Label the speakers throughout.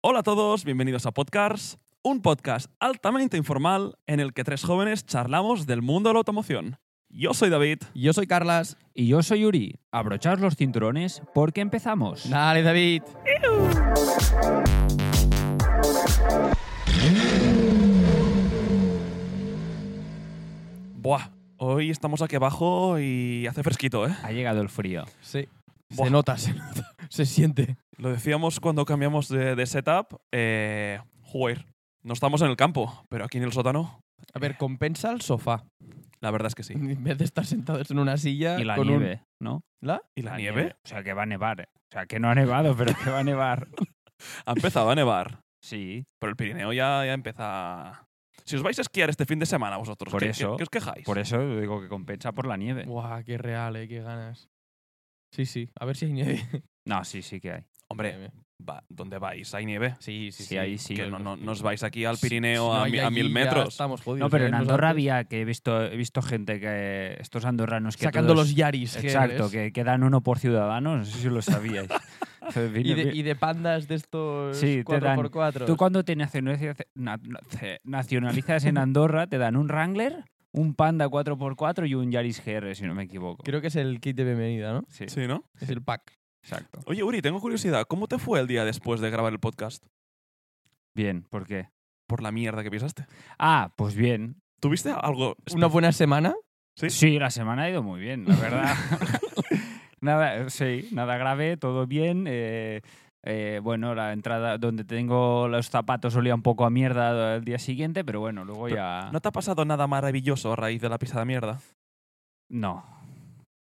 Speaker 1: Hola a todos, bienvenidos a Podcasts, un podcast altamente informal en el que tres jóvenes charlamos del mundo de la automoción. Yo soy David.
Speaker 2: Yo soy Carlas.
Speaker 3: Y yo soy Yuri. Abrochaos los cinturones porque empezamos.
Speaker 2: Dale, David.
Speaker 1: Buah, hoy estamos aquí abajo y hace fresquito, ¿eh?
Speaker 3: Ha llegado el frío.
Speaker 2: Sí.
Speaker 1: Buah.
Speaker 2: Se nota, se nota. Se siente.
Speaker 1: Lo decíamos cuando cambiamos de, de setup. Eh, joder, no estamos en el campo, pero aquí en el sótano,
Speaker 2: A ver, compensa el sofá.
Speaker 1: la verdad es que sí.
Speaker 2: En vez de estar sentados en una silla.
Speaker 3: Y la
Speaker 2: con un-
Speaker 3: nieve, ¿no?
Speaker 2: ¿La?
Speaker 1: ¿Y la, nieve?
Speaker 3: O sea, que va a nevar. ¿eh? O sea, que no ha nevado, pero que va a nevar.
Speaker 1: Ha empezado a nevar,
Speaker 3: Sí.
Speaker 1: pero el Pirineo ya, ya empieza... Si os vais a esquiar este fin de semana vosotros,
Speaker 3: Por
Speaker 1: ¿qué,
Speaker 3: eso,
Speaker 1: qué- qué os quejáis?
Speaker 3: Por e- eso digo que compensa por la nieve.
Speaker 2: Buah, qué real, eh, qué ganas. Sí, sí. A ver si hay nieve.
Speaker 3: No, sí, sí que hay.
Speaker 1: Hombre, va- ¿dónde vais? ¿Hay nieve?
Speaker 2: Sí,
Speaker 3: Sí, ahí sí.
Speaker 1: que
Speaker 2: el
Speaker 1: no, no,
Speaker 2: Caspio.
Speaker 1: no os vais aquí al
Speaker 2: Si-
Speaker 1: Pirineo
Speaker 2: si no
Speaker 1: a,
Speaker 2: hay
Speaker 1: mi- a
Speaker 2: allí,
Speaker 1: mil
Speaker 2: ya
Speaker 1: metros.
Speaker 2: Estamos jodidos.
Speaker 3: No, pero
Speaker 2: ¿eh?
Speaker 3: en
Speaker 2: Nosotros
Speaker 3: Andorra había que he visto, he visto gente que. Estos andorranos que.
Speaker 2: Sacando
Speaker 3: todos-
Speaker 2: los Yaris.
Speaker 3: Exacto,
Speaker 2: GLs.
Speaker 3: que, que dan uno por ciudadano. No sé si lo sabíais. Entonces,
Speaker 2: Y
Speaker 3: vino-
Speaker 2: de, y de pandas de estos
Speaker 3: Sí, te dan-
Speaker 2: 4x4.
Speaker 3: Tú cuando te nacionaliza- na- na- nacionalizas en Andorra, te dan un Wrangler, un Panda 4x4 y un Yaris GR, si no me equivoco.
Speaker 2: Creo que es el kit de bienvenida, ¿no?
Speaker 3: Sí,
Speaker 1: Sí, ¿no?
Speaker 2: Es el pack.
Speaker 3: exacto.
Speaker 1: Oye, Uri, tengo curiosidad. ¿Cómo te fue el día después de grabar el podcast?
Speaker 3: Bien, ¿por qué?
Speaker 1: Por la mierda que pisaste.
Speaker 3: Ah, pues bien.
Speaker 1: ¿Tuviste algo? espe-
Speaker 2: Una buena semana.
Speaker 1: ¿Sí?
Speaker 3: Sí, la semana ha ido muy bien, la verdad. nada, sí, nada grave, todo bien. eh, eh, bueno, la entrada donde tengo los zapatos olía un poco a mierda el día siguiente, pero bueno, luego
Speaker 1: Pero
Speaker 3: ya...
Speaker 1: ¿No te ha pasado nada maravilloso a raíz de la pisada mierda?
Speaker 3: No,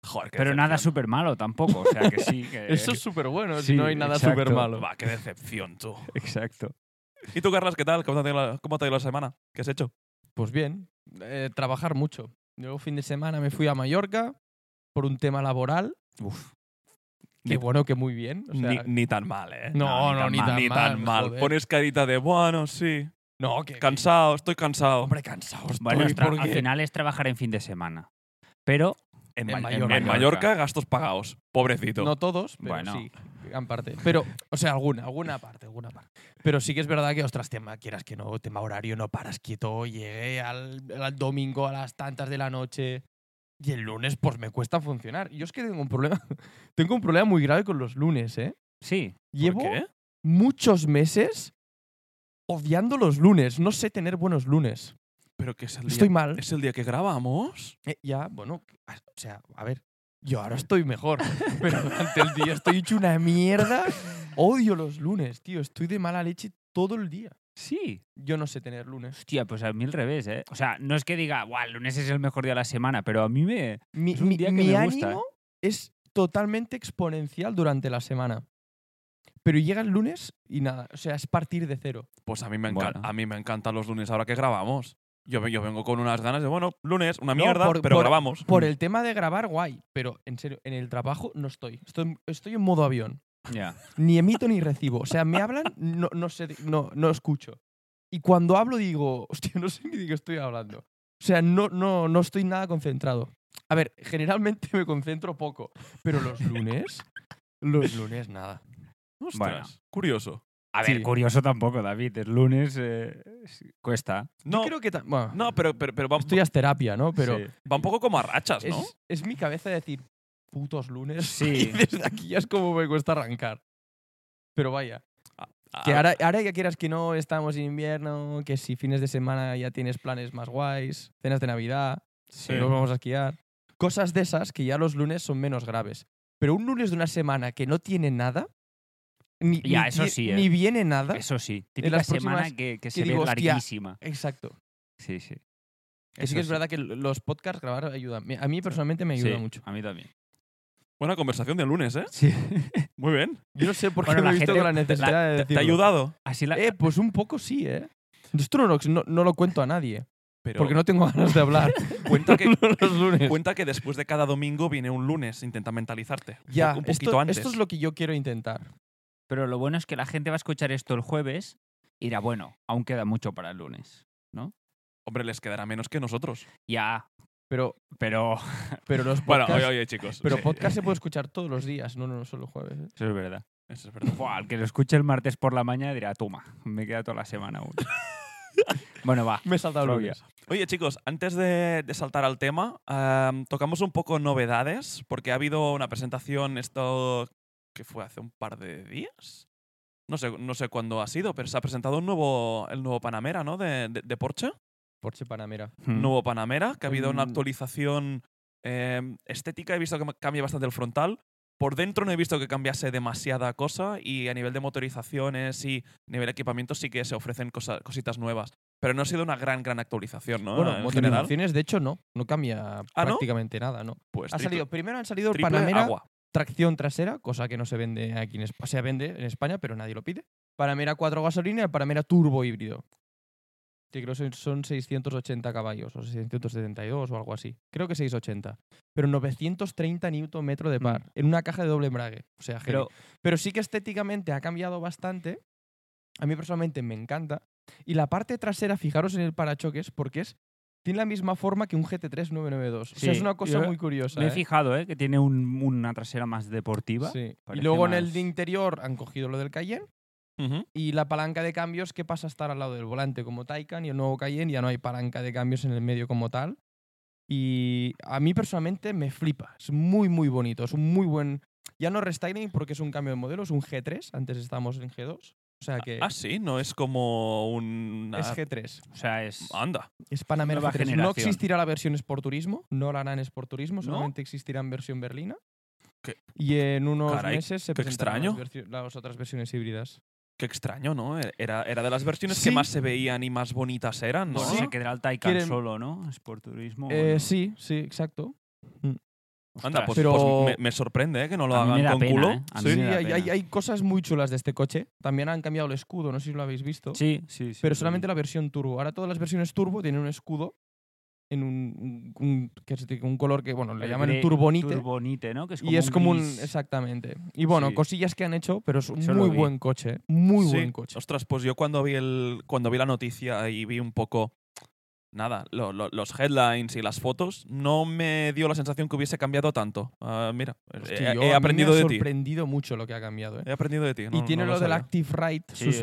Speaker 1: Joder, qué
Speaker 3: pero nada
Speaker 1: decepción.
Speaker 3: súper malo tampoco, o sea que sí. que-
Speaker 2: Eso es súper bueno.
Speaker 3: Eh, sí,
Speaker 2: no hay nada
Speaker 3: exacto.
Speaker 2: súper malo.
Speaker 1: Va, qué decepción, tú.
Speaker 3: Exacto.
Speaker 1: ¿Y tú, Carlas, qué tal? ¿Cómo te ha ido la, cómo te ha ido la semana? ¿Qué has hecho?
Speaker 2: Pues bien, eh, trabajar mucho. Luego fin de semana me fui a Mallorca por un tema laboral.
Speaker 3: Uf.
Speaker 2: Qué
Speaker 1: Ni-
Speaker 2: bueno que muy bien. o sea,
Speaker 1: ni, ni tan mal, ¿eh?
Speaker 2: no, no, ni tan,
Speaker 1: ni
Speaker 2: mal.
Speaker 1: tan mal.
Speaker 2: joder.
Speaker 1: Pones carita de, bueno, sí.
Speaker 2: no, que,
Speaker 1: Cansado, estoy cansado.
Speaker 2: hombre, cansado estoy
Speaker 3: Bueno, es tra- al
Speaker 2: porque-
Speaker 3: final es trabajar en fin de semana. Pero
Speaker 1: en,
Speaker 2: en
Speaker 1: Ma- en
Speaker 2: Mallorca.
Speaker 1: en Mallorca, gastos pagados. Pobrecito.
Speaker 2: No todos, pero
Speaker 3: Bueno.
Speaker 2: sí, gran parte. Pero, o sea, alguna, alguna parte, alguna parte. Pero sí que es verdad que, ostras, tema, quieras que no, tema horario, no paras quieto. Llegué al, al domingo a las tantas de la noche y el lunes, pues me cuesta funcionar. Yo es que tengo un problema, tengo un problema muy grave con los lunes, ¿eh?
Speaker 3: sí,
Speaker 2: Llevo
Speaker 1: ¿Por qué?
Speaker 2: muchos meses odiando los lunes. No sé tener buenos lunes.
Speaker 1: Pero que es
Speaker 3: Pues
Speaker 1: el día-
Speaker 2: Estoy mal.
Speaker 1: ¿Es el día que grabamos?
Speaker 2: Eh, ya, bueno, a- o sea, a ver, yo ahora estoy mejor, pero durante el día estoy hecho una mierda. Odio los lunes, tío. Estoy de mala leche todo el día.
Speaker 3: sí.
Speaker 2: Yo no sé tener lunes.
Speaker 3: Hostia, pues a mí al revés, ¿eh? O sea, no es que diga, "Buah, el lunes es el mejor día de la semana, pero a mí me.
Speaker 2: Mi,
Speaker 3: Es un
Speaker 2: mi-
Speaker 3: día que
Speaker 2: mi
Speaker 3: me gusta, ¿eh?
Speaker 2: ánimo es totalmente exponencial durante la semana. Pero llega el lunes y nada, o sea, es partir de cero.
Speaker 1: Pues a mí me, encan-
Speaker 3: Bueno.
Speaker 1: a mí me encantan los lunes ahora que grabamos. Yo, ve- yo vengo con unas ganas de, bueno, lunes, una
Speaker 2: No,
Speaker 1: mierda,
Speaker 2: por-
Speaker 1: pero
Speaker 2: por-
Speaker 1: grabamos.
Speaker 2: Por el tema de grabar, guay, pero en serio, en el trabajo no estoy. Estoy, estoy en modo avión.
Speaker 3: Ya.
Speaker 2: Ni emito ni recibo. O sea, me hablan, no, no, sé, no, no escucho. Y cuando hablo digo, hostia, no sé ni de qué estoy hablando. O sea, no, no, no estoy nada concentrado. A ver, generalmente me concentro poco, pero los lunes, los lunes nada.
Speaker 1: Ostras,
Speaker 3: Bueno.
Speaker 1: Mm. curioso.
Speaker 3: A ver,
Speaker 2: Sí.
Speaker 3: curioso tampoco, David. El lunes eh, sí, cuesta.
Speaker 1: No,
Speaker 2: Yo creo que... ta- Bueno,
Speaker 1: no pero, pero, pero va,
Speaker 2: estoy a terapia, ¿no? Pero
Speaker 3: Sí.
Speaker 1: va un poco como a rachas, ¿no?
Speaker 2: es, es mi cabeza decir, putos lunes.
Speaker 3: Sí.
Speaker 2: Y desde aquí ya es como me cuesta arrancar. Pero vaya.
Speaker 1: A-
Speaker 2: Que ahora, ahora ya quieras que no, estamos en invierno, que si fines de semana ya tienes planes más guays, cenas de Navidad,
Speaker 1: sí.
Speaker 2: que nos vamos a esquiar. Cosas de esas que ya los lunes son menos graves. Pero un lunes de una semana que no tiene nada, ni,
Speaker 3: Ya,
Speaker 2: ni
Speaker 3: eso
Speaker 2: tie-
Speaker 3: sí, ¿eh?
Speaker 2: ni viene nada.
Speaker 3: Eso sí.
Speaker 2: En
Speaker 3: Típica
Speaker 2: las
Speaker 3: semana
Speaker 2: próximas
Speaker 3: que, que se
Speaker 2: digo,
Speaker 3: ve
Speaker 2: "Hostia".
Speaker 3: larguísima.
Speaker 2: Exacto.
Speaker 3: Sí, sí.
Speaker 2: Que sí
Speaker 3: Eso
Speaker 2: que es verdad que los podcasts grabar ayudan. A mí personalmente me
Speaker 3: Sí,
Speaker 2: ayuda mucho.
Speaker 3: A mí también.
Speaker 1: Buena conversación de lunes, ¿eh?
Speaker 3: Sí.
Speaker 1: Muy bien.
Speaker 2: Yo no sé por qué
Speaker 3: Bueno,
Speaker 2: me
Speaker 3: la
Speaker 2: he visto
Speaker 3: gente-
Speaker 2: con la necesidad de
Speaker 1: ¿Te,
Speaker 2: decirlo.
Speaker 1: te ha ayudado?
Speaker 3: Así la.
Speaker 2: Eh, pues un poco sí, ¿eh? Esto no, lo- no- no lo cuento a nadie,
Speaker 1: Pero
Speaker 2: porque no tengo ganas de hablar
Speaker 1: cuenta, que,
Speaker 2: los lunes.
Speaker 1: cuenta que después de cada domingo viene un lunes. Intenta mentalizarte. Un
Speaker 2: Ya,
Speaker 1: poco- un poquito
Speaker 2: esto,
Speaker 1: antes.
Speaker 2: esto es lo que yo quiero intentar.
Speaker 3: Pero lo bueno es que la gente va a escuchar esto el jueves y dirá, bueno, aún queda mucho para el lunes.
Speaker 1: Hombre, les quedará menos que nosotros.
Speaker 3: Ya,
Speaker 2: Pero,
Speaker 3: pero.
Speaker 2: pero los
Speaker 1: Bueno,
Speaker 2: podcasts,
Speaker 1: oye, oye, chicos.
Speaker 2: pero
Speaker 1: sí.
Speaker 2: podcast se puede escuchar todos los días, no, no, no solo jueves. ¿eh?
Speaker 3: Eso es verdad.
Speaker 1: Eso es verdad.
Speaker 3: Buah, al que lo escuche el martes por la mañana dirá, toma, me queda toda la semana aún. bueno, va.
Speaker 2: Me he saltado el
Speaker 3: Flavia.
Speaker 2: lunes.
Speaker 1: Oye, chicos, antes de, de saltar al tema, am, tocamos un poco novedades, porque ha habido una presentación esto que fue hace un par de días. No sé, no sé cuándo ha sido, pero se ha presentado un nuevo, el nuevo Panamera, ¿no? De, de- de Porsche.
Speaker 2: Porsche Panamera.
Speaker 3: Mm.
Speaker 1: Nuevo Panamera, que ha habido una
Speaker 3: Mm.
Speaker 1: actualización eh, estética. He visto que ma- cambia bastante el frontal. Por dentro no he visto que cambiase demasiada cosa y a nivel de motorizaciones y nivel de equipamiento sí que se ofrecen cosa- cositas nuevas. Pero no ha sido una gran, gran actualización, ¿no?
Speaker 2: bueno,
Speaker 1: Ah, en general.
Speaker 2: motorizaciones, de hecho, no. No
Speaker 1: ¿Ah,
Speaker 2: cambia
Speaker 1: no?
Speaker 2: prácticamente nada, ¿no?
Speaker 1: Pues
Speaker 2: Ha
Speaker 1: triple-
Speaker 2: salido, primero han salido el
Speaker 1: triple
Speaker 2: Panamera,
Speaker 1: agua.
Speaker 2: tracción trasera, cosa que no se vende aquí en España. O sea, vende en España, pero nadie lo pide. Panamera 4 gasolina y el Panamera turbo híbrido. Que creo que son 680 caballos, o 672 o algo así. Creo que 680. Pero 930 newton metro de par, en una caja de doble embrague. O sea, heavy.
Speaker 3: Mm. Pero
Speaker 2: Pero sí que estéticamente ha cambiado bastante. A mí personalmente me encanta. Y la parte trasera, fijaros en el parachoques, porque es, tiene la misma forma que un GT3 992. o sea,
Speaker 3: Sí,
Speaker 2: es una cosa
Speaker 3: yo
Speaker 2: muy curiosa.
Speaker 3: me he
Speaker 2: ¿eh?
Speaker 3: fijado, ¿eh? Que tiene un- una trasera más deportiva.
Speaker 2: Sí. Y
Speaker 3: Parece
Speaker 2: luego en el
Speaker 3: más-
Speaker 2: de interior han cogido lo del Cayenne.
Speaker 1: Ujú.
Speaker 2: Y la palanca de cambios que pasa a estar al lado del volante como Taycan y el nuevo Cayenne ya no hay palanca de cambios en el medio como tal. Y a mí personalmente me flipa. Es muy, muy bonito. Es un muy buen... Ya no restyling porque es un cambio de modelo, es un G3. Antes estábamos en G2. O sea que
Speaker 1: Ah, sí, no es como un.
Speaker 2: Eh, es G3.
Speaker 3: O sea, es...
Speaker 1: Anda.
Speaker 2: Es Panamera
Speaker 3: Nueva
Speaker 2: G3. No
Speaker 3: generación.
Speaker 2: existirá la versión Sport Turismo, no la harán Sport Turismo,
Speaker 3: ¿No?
Speaker 2: solamente existirá en versión berlina.
Speaker 1: Qué-
Speaker 2: Y en unos
Speaker 1: Caray,
Speaker 2: meses se
Speaker 1: qué
Speaker 2: presentarán las
Speaker 1: extraño.
Speaker 2: versi- las otras versiones híbridas.
Speaker 1: Qué extraño, ¿no? Eh, Era, era de las versiones que
Speaker 2: Sí.
Speaker 1: más se veían y más bonitas eran, ¿no?
Speaker 3: Bueno,
Speaker 2: Sí.
Speaker 3: se quedará el Taycan
Speaker 2: Quieren-
Speaker 3: solo, ¿no? Es por turismo.
Speaker 2: Eh,
Speaker 3: bueno.
Speaker 2: Sí, sí, exacto.
Speaker 1: Anda, pues,
Speaker 3: Ostras.
Speaker 2: pero-
Speaker 1: pues me, me sorprende ¿eh? que no lo
Speaker 3: A mí me
Speaker 1: hagan
Speaker 3: da
Speaker 1: con
Speaker 3: pena,
Speaker 1: culo.
Speaker 3: ¿eh? A mí
Speaker 1: Sí.
Speaker 2: Sí,
Speaker 3: me da
Speaker 2: hay,
Speaker 3: pena.
Speaker 2: hay- hay cosas muy chulas de este coche. También han cambiado el escudo, no sé si lo habéis visto.
Speaker 3: Sí, sí, sí.
Speaker 2: pero
Speaker 3: sí.
Speaker 2: solamente la versión turbo. Ahora todas las versiones turbo tienen un escudo en un, un- un- que se- un color que, bueno, le llaman el
Speaker 3: gre-
Speaker 2: turbonite.
Speaker 3: Turbonite, ¿no? Que es como
Speaker 2: y es como un...
Speaker 3: gris.
Speaker 2: Exactamente. Y bueno,
Speaker 3: Sí.
Speaker 2: cosillas que han hecho, pero es un
Speaker 3: Eso lo
Speaker 2: muy
Speaker 3: vi.
Speaker 2: buen coche. ¿eh? Muy
Speaker 1: Sí.
Speaker 2: buen coche.
Speaker 1: Ostras, pues yo cuando vi el cuando vi la noticia y vi un poco nada, lo- lo- los headlines y las fotos, no me dio la sensación que hubiese cambiado tanto. Ah, mira,
Speaker 2: Hostia,
Speaker 1: he,
Speaker 2: yo-
Speaker 1: he
Speaker 2: a mí
Speaker 1: aprendido
Speaker 2: me ha
Speaker 1: de ti.
Speaker 2: sorprendido mucho lo que ha cambiado. ¿eh?
Speaker 1: He aprendido de ti.
Speaker 2: y
Speaker 1: no-
Speaker 2: tiene
Speaker 1: no
Speaker 2: lo, del
Speaker 1: sabía.
Speaker 2: Active Right
Speaker 3: Sí, la
Speaker 2: Suspension,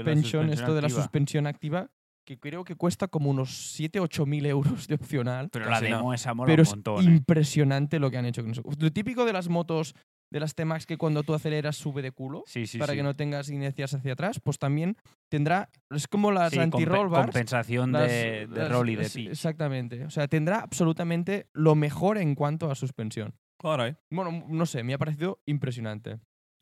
Speaker 3: suspensión
Speaker 2: esto de la
Speaker 3: activa.
Speaker 2: suspensión activa, que creo que cuesta como unos 7-8 mil euros de opcional.
Speaker 3: Pero la
Speaker 1: Casi no.
Speaker 3: demo esa mola
Speaker 2: pero
Speaker 3: un
Speaker 2: es
Speaker 3: montón. ¿eh?
Speaker 2: impresionante lo que han hecho. con eso. Lo típico de las motos, de las T-Max, que cuando tú aceleras sube de culo
Speaker 3: Sí, sí,
Speaker 2: para
Speaker 3: sí.
Speaker 2: que no tengas inercias hacia atrás, pues también tendrá. Es como las
Speaker 3: Sí, compe-
Speaker 2: anti-roll bars.
Speaker 3: Compensación
Speaker 2: las-
Speaker 3: de, de
Speaker 2: las-
Speaker 3: roll y de
Speaker 2: es-
Speaker 3: pitch.
Speaker 2: Exactamente. O sea, tendrá absolutamente lo mejor en cuanto a suspensión.
Speaker 1: Caray.
Speaker 2: Bueno, no sé, me ha parecido impresionante.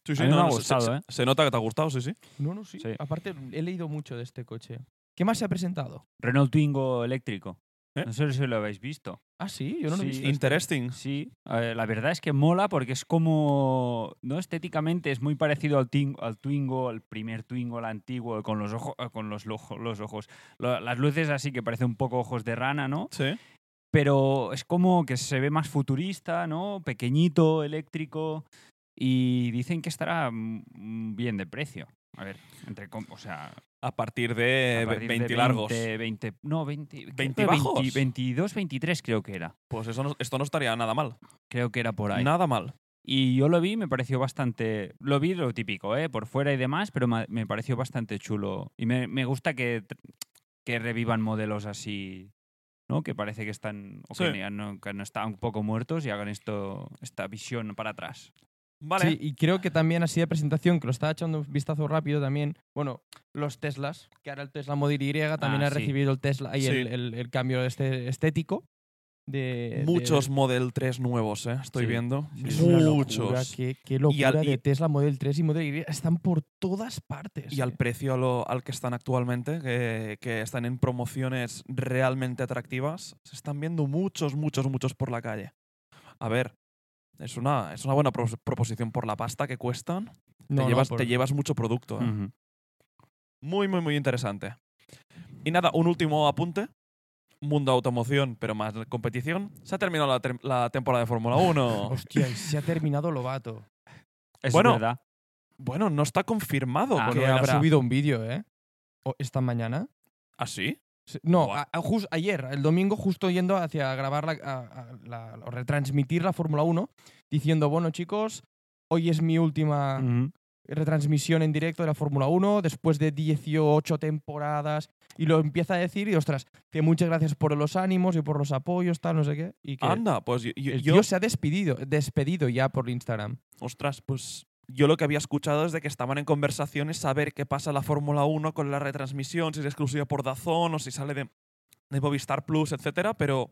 Speaker 1: Sí,
Speaker 3: A mí me ha
Speaker 1: se-
Speaker 3: gustado,
Speaker 1: se,
Speaker 3: ¿eh?
Speaker 1: se nota que te ha gustado, sí, sí.
Speaker 2: No, no, sí.
Speaker 3: Sí.
Speaker 2: Aparte, he leído mucho de este coche. ¿Qué más se ha presentado?
Speaker 3: Renault Twingo eléctrico.
Speaker 1: ¿Eh?
Speaker 3: No sé si lo habéis visto.
Speaker 2: Ah, sí, yo no lo he
Speaker 3: Sí,
Speaker 2: visto.
Speaker 1: Interesting.
Speaker 3: Sí, eh, la verdad es que mola porque es como, ¿no? Estéticamente es muy parecido al, Twin- al Twingo, al primer Twingo, al antiguo, con los ojos, con los, lojo- los ojos. Lo- las luces así que parece un poco ojos de rana, ¿no?
Speaker 1: Sí.
Speaker 3: pero es como que se ve más futurista, ¿no? Pequeñito, eléctrico. Y dicen que estará mm, bien de precio. A ver, entre com- o sea,
Speaker 1: A partir de
Speaker 3: a partir de
Speaker 1: 20 Eh, largos.
Speaker 3: 20, no, 20, creo que
Speaker 1: 20 bajos.
Speaker 3: 22, 23 creo que era.
Speaker 1: Pues eso no- esto no estaría nada mal.
Speaker 3: Creo que era por ahí.
Speaker 1: Nada mal.
Speaker 3: Y yo lo vi, me pareció bastante. Lo vi lo típico, ¿eh? por fuera y demás, pero ma- me pareció bastante chulo. Y me, me gusta que, tr- que revivan modelos así, ¿no? Que parece que están. O que,
Speaker 1: Sí.
Speaker 3: ya no, que no están un poco muertos y hagan esto esta visión para atrás.
Speaker 1: Vale.
Speaker 2: Sí, y creo que también así de presentación, que lo estaba echando un vistazo rápido también, bueno, los Teslas, que ahora el Tesla Model Y también
Speaker 3: Ah,
Speaker 2: ha
Speaker 3: sí.
Speaker 2: recibido el Tesla y
Speaker 1: Sí.
Speaker 2: el, el- el cambio este estético. eh, De,
Speaker 1: Muchos
Speaker 2: de-
Speaker 1: Model 3 nuevos, ¿eh? Estoy
Speaker 3: Sí.
Speaker 1: viendo.
Speaker 3: Es
Speaker 2: una locura,
Speaker 1: Muchos.
Speaker 2: qué, qué locura
Speaker 1: al- y-
Speaker 2: de Tesla Model 3 y Model Y. Están por todas partes.
Speaker 1: Y al
Speaker 2: eh.
Speaker 1: precio a lo- al que están actualmente, que, que están en promociones realmente atractivas, se están viendo muchos, muchos, muchos por la calle. A ver, es una, es una buena pro- proposición por la pasta que cuestan.
Speaker 2: No,
Speaker 1: te,
Speaker 2: no,
Speaker 1: llevas,
Speaker 2: por-
Speaker 1: te llevas mucho producto. ¿eh?
Speaker 3: Ujú.
Speaker 1: Muy, muy, muy interesante. Y nada, un último apunte. Mundo automoción, pero más competición. Se ha terminado la, ter- la temporada de Fórmula 1.
Speaker 2: Hostia, y se ha terminado Lobato.
Speaker 3: Es
Speaker 1: Bueno,
Speaker 3: verdad.
Speaker 1: bueno, no está confirmado
Speaker 3: Ah,
Speaker 1: que
Speaker 2: Que ha
Speaker 1: habrá.
Speaker 2: subido un vídeo, ¿eh? O- ¿Esta mañana?
Speaker 1: ¿Ah, sí?
Speaker 2: Sí, No,
Speaker 1: Buah.
Speaker 2: a- a- jus- ayer, el domingo, justo yendo hacia grabar la, a- a- la- o
Speaker 1: ah. Mm.
Speaker 2: retransmitir la Fórmula 1, diciendo, bueno chicos, hoy es mi última
Speaker 3: Ujú.
Speaker 2: retransmisión en directo de la Fórmula 1 después de 18 temporadas y lo empieza a decir y ostras, que muchas gracias por los ánimos y por los apoyos, tal, no sé qué. Y que
Speaker 1: Anda, pues yo, yo-
Speaker 2: el
Speaker 1: yo-
Speaker 2: tío se ha despedido, despedido ya por Instagram.
Speaker 1: ostras, pues yo lo que había escuchado es de que estaban en conversaciones saber qué pasa en la Fórmula 1 con la retransmisión, si es exclusiva por Dazón o si sale de, de Movistar Plus, etcétera, pero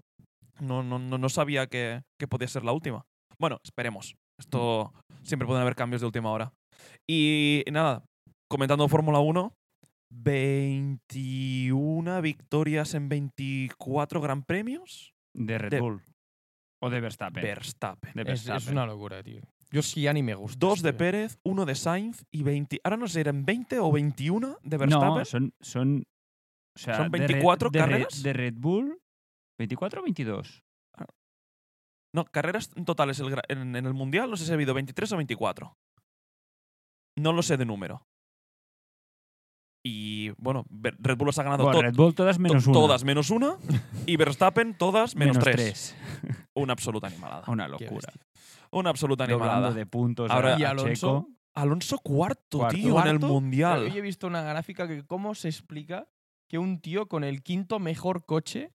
Speaker 1: no, no, no, no sabía que, que podía ser la última. Bueno, esperemos. Esto siempre pueden haber cambios de última hora. Y nada, comentando Fórmula 1, 21 victorias en 24 Gran Premios.
Speaker 3: De Red
Speaker 1: De-
Speaker 3: Bull. O de Verstappen.
Speaker 1: Verstappen.
Speaker 3: de
Speaker 2: Es, es
Speaker 3: Verstappen.
Speaker 2: una locura, tío. Yo Pues sí ya ni me gusta.
Speaker 1: eh. Pues Dos de
Speaker 2: tío.
Speaker 1: Pérez, uno de Sainz y 20. Ahora no sé, eran 20 o 21 de Verstappen.
Speaker 3: No, son. Son, o sea,
Speaker 1: ¿Son
Speaker 3: de Red-
Speaker 1: 24
Speaker 3: de Red-
Speaker 1: carreras?
Speaker 3: De Red Bull. ¿24 o 22?
Speaker 1: No, carreras totales el gra- en, en el Mundial, no sé si ha habido 23 o 24. No lo sé de número. Y bueno, Ver- Red Bull los ha ganado
Speaker 3: Bueno,
Speaker 1: Ah, to-
Speaker 3: Red Bull todas menos
Speaker 1: to-
Speaker 3: una.
Speaker 1: todas menos una. Y Verstappen todas menos, tres.
Speaker 3: tres.
Speaker 1: Una absoluta animalada.
Speaker 3: Una
Speaker 2: Qué
Speaker 3: locura.
Speaker 2: bestia.
Speaker 1: Una absoluta
Speaker 3: Doblando
Speaker 1: animalada.
Speaker 3: de puntos.
Speaker 1: Ahora-
Speaker 3: a-
Speaker 2: Y
Speaker 3: a
Speaker 2: Alonso,
Speaker 3: Checo.
Speaker 1: Alonso cuarto,
Speaker 3: Cuarto.
Speaker 1: tío, en el
Speaker 2: Cuarto,
Speaker 1: Mundial.
Speaker 2: Pero yo he visto una gráfica que cómo se explica que un tío con el quinto mejor coche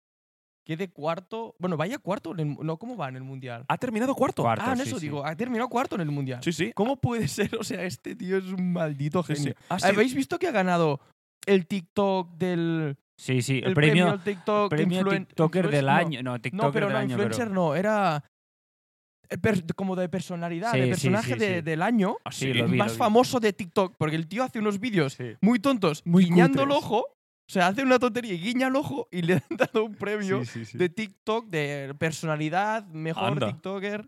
Speaker 2: quede cuarto. Bueno, vaya cuarto. en el- no, ¿cómo va en el mundial?
Speaker 1: Ha terminado cuarto.
Speaker 3: Cuarto,
Speaker 2: ah, en
Speaker 3: Pues sí,
Speaker 2: eso
Speaker 3: sí.
Speaker 2: digo. Ha terminado cuarto en el mundial.
Speaker 1: Sí, sí.
Speaker 2: ¿Cómo puede ser? O sea, este tío es un maldito
Speaker 1: sí, sí.
Speaker 2: genio.
Speaker 3: Ah,
Speaker 1: Ha sido-
Speaker 2: ¿Habéis visto que ha ganado el TikTok del.
Speaker 3: Sí, sí.
Speaker 2: El,
Speaker 3: El, premio,
Speaker 2: al TikTok
Speaker 3: premio
Speaker 2: influen-
Speaker 3: TikToker del
Speaker 2: influencer- no,
Speaker 3: año. No, TikToker
Speaker 2: No, pero
Speaker 3: del
Speaker 2: no,
Speaker 3: año. pero-
Speaker 2: influencer no, era eh, per- como de personalidad,
Speaker 3: Sí,
Speaker 2: de
Speaker 3: sí,
Speaker 2: personaje
Speaker 3: sí,
Speaker 2: de-
Speaker 3: sí.
Speaker 2: del año
Speaker 1: Ah,
Speaker 3: Sí,
Speaker 1: sí.
Speaker 3: lo vi,
Speaker 2: más
Speaker 3: lo vi.
Speaker 2: famoso de TikTok, porque el tío hace unos vídeos
Speaker 3: Sí.
Speaker 2: muy tontos,
Speaker 3: Muy
Speaker 2: guiñando el
Speaker 3: cutres.
Speaker 2: ojo, o sea, hace una tontería y guiña el ojo y le han dado un premio
Speaker 3: Sí, sí, sí.
Speaker 2: de TikTok, de personalidad, mejor
Speaker 1: Anda.
Speaker 2: TikToker.